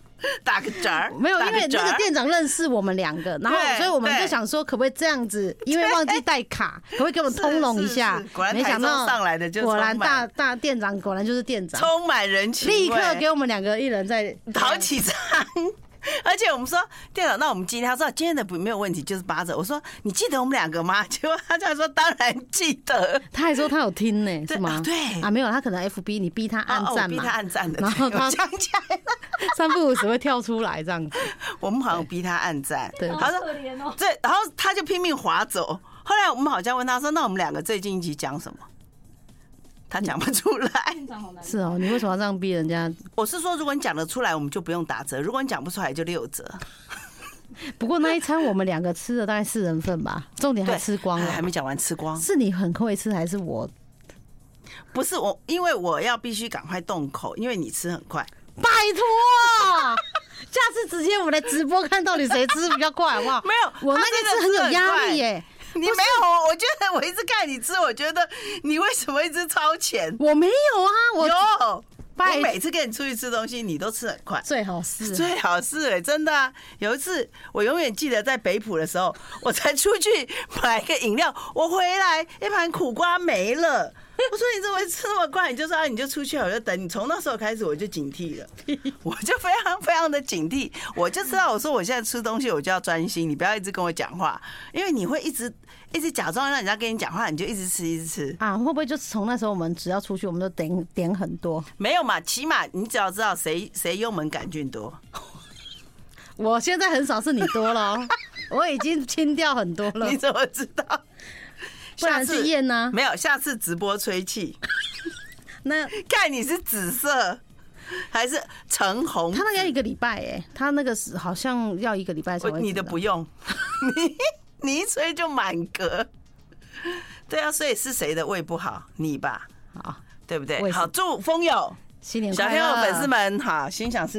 [SPEAKER 1] 打个折儿？
[SPEAKER 2] 没有，
[SPEAKER 1] 打
[SPEAKER 2] 因为
[SPEAKER 1] 折
[SPEAKER 2] 那
[SPEAKER 1] 儿
[SPEAKER 2] 个店长认识我们两个，然后
[SPEAKER 1] 对
[SPEAKER 2] 所以我们
[SPEAKER 1] 对
[SPEAKER 2] 就想说，可不可以这样子？因为忘记带卡，可不可以给我们通融一下
[SPEAKER 1] 是是是果？然
[SPEAKER 2] 没想
[SPEAKER 1] 台中
[SPEAKER 2] 到
[SPEAKER 1] 上来的就
[SPEAKER 2] 果然
[SPEAKER 1] 充满
[SPEAKER 2] 大大店长果然就是店长，
[SPEAKER 1] 充满人情味，
[SPEAKER 2] 立刻给我们两个一人在
[SPEAKER 1] 好几张。而且我们说店长，那我们今天他说今天的不没有问题，就是八折。我说你记得我们两个吗？ 结果他这样说，当然记得。
[SPEAKER 2] 他还说他有听呢，
[SPEAKER 1] 对
[SPEAKER 2] 是
[SPEAKER 1] 啊
[SPEAKER 2] 吗？
[SPEAKER 1] 对
[SPEAKER 2] 啊，没有，他可能 FB 你逼他按
[SPEAKER 1] 哦哦我
[SPEAKER 2] 赞
[SPEAKER 1] 逼
[SPEAKER 2] 嘛
[SPEAKER 1] 他，按赞的。
[SPEAKER 2] 然后
[SPEAKER 1] 对
[SPEAKER 2] 他
[SPEAKER 1] 我想起来了，
[SPEAKER 2] 三不五时会跳出来这样子。
[SPEAKER 1] 我们好像逼他按赞。
[SPEAKER 2] 对
[SPEAKER 1] 他
[SPEAKER 4] 好
[SPEAKER 1] 说
[SPEAKER 4] 可怜 哦。
[SPEAKER 1] 这，然后他就拼命划走。后来我们好像问他说：“那我们两个最近一集讲什么？”他讲不出来。
[SPEAKER 4] 店长好难，
[SPEAKER 2] 是哦，你为什么要这样逼人家？
[SPEAKER 1] 我是说，如果你讲得出来，我们就不用打折；如果你讲不出来，就六折。
[SPEAKER 2] 不过那一餐我们两个吃了大概四人份吧，重点还
[SPEAKER 1] 对，
[SPEAKER 2] 吃光
[SPEAKER 1] 还还
[SPEAKER 2] 了。
[SPEAKER 1] 没讲完，吃光
[SPEAKER 2] 是你很会吃还是我
[SPEAKER 1] 不是我，因为我要必须赶快动口，因为你吃很 快。
[SPEAKER 2] 拜托，下次直接我们来直播看到底谁吃比较快，好不好？
[SPEAKER 1] 没有
[SPEAKER 2] 我那
[SPEAKER 1] 他真的
[SPEAKER 2] 个吃很
[SPEAKER 1] 吃
[SPEAKER 2] 有
[SPEAKER 1] 很
[SPEAKER 2] 压
[SPEAKER 1] 快
[SPEAKER 2] 力耶，
[SPEAKER 1] 你没有，我我觉得我一直看你吃，我觉得你为什么一直超前？
[SPEAKER 2] 我没有啊，我
[SPEAKER 1] 有，
[SPEAKER 2] 拜
[SPEAKER 1] 我每次跟你出去吃东西，你都吃很快。
[SPEAKER 2] 最好是
[SPEAKER 1] 最好是、欸、真的、啊。有一次，我永远记得在北浦的时候，我才出去买个饮料，我回来一盘苦瓜没了，我说你怎么会吃那么快？你就说啊，你就出去好，我就等你。从那时候开始我就警惕了，我就非常非常的警惕。我就知道，我说我现在吃东西我就要专心，你不要一直跟我讲话，因为你会一直一直假装让人家跟你讲话，你就一直吃一直吃。
[SPEAKER 2] 啊，会不会就从那时候我们只要出去，我们就点点很多？
[SPEAKER 1] 没有嘛，起码你只要知道谁谁幽门杆菌多。
[SPEAKER 2] 我现在很少是你多 了哦，我已经清掉很多了
[SPEAKER 1] 你，怎么知道？
[SPEAKER 2] 不然
[SPEAKER 1] 下次
[SPEAKER 2] 去验呢
[SPEAKER 1] 没有，下次直播吹气，
[SPEAKER 2] 那
[SPEAKER 1] 看你是紫色还是橙红。
[SPEAKER 2] 他那个要一个礼拜哎、他那个是好像要一个礼拜才
[SPEAKER 1] 我
[SPEAKER 2] 会
[SPEAKER 1] 你的
[SPEAKER 2] 知道
[SPEAKER 1] 不用， 你你一吹就满格。 对啊，所以是谁的胃不好？你吧，
[SPEAKER 2] 好，
[SPEAKER 1] 对不
[SPEAKER 2] 我
[SPEAKER 1] 对？
[SPEAKER 2] 也是
[SPEAKER 1] 好，祝风友
[SPEAKER 2] 新年
[SPEAKER 1] 小
[SPEAKER 2] 快
[SPEAKER 1] 天
[SPEAKER 2] 乐，
[SPEAKER 1] 后粉丝们好，心想事。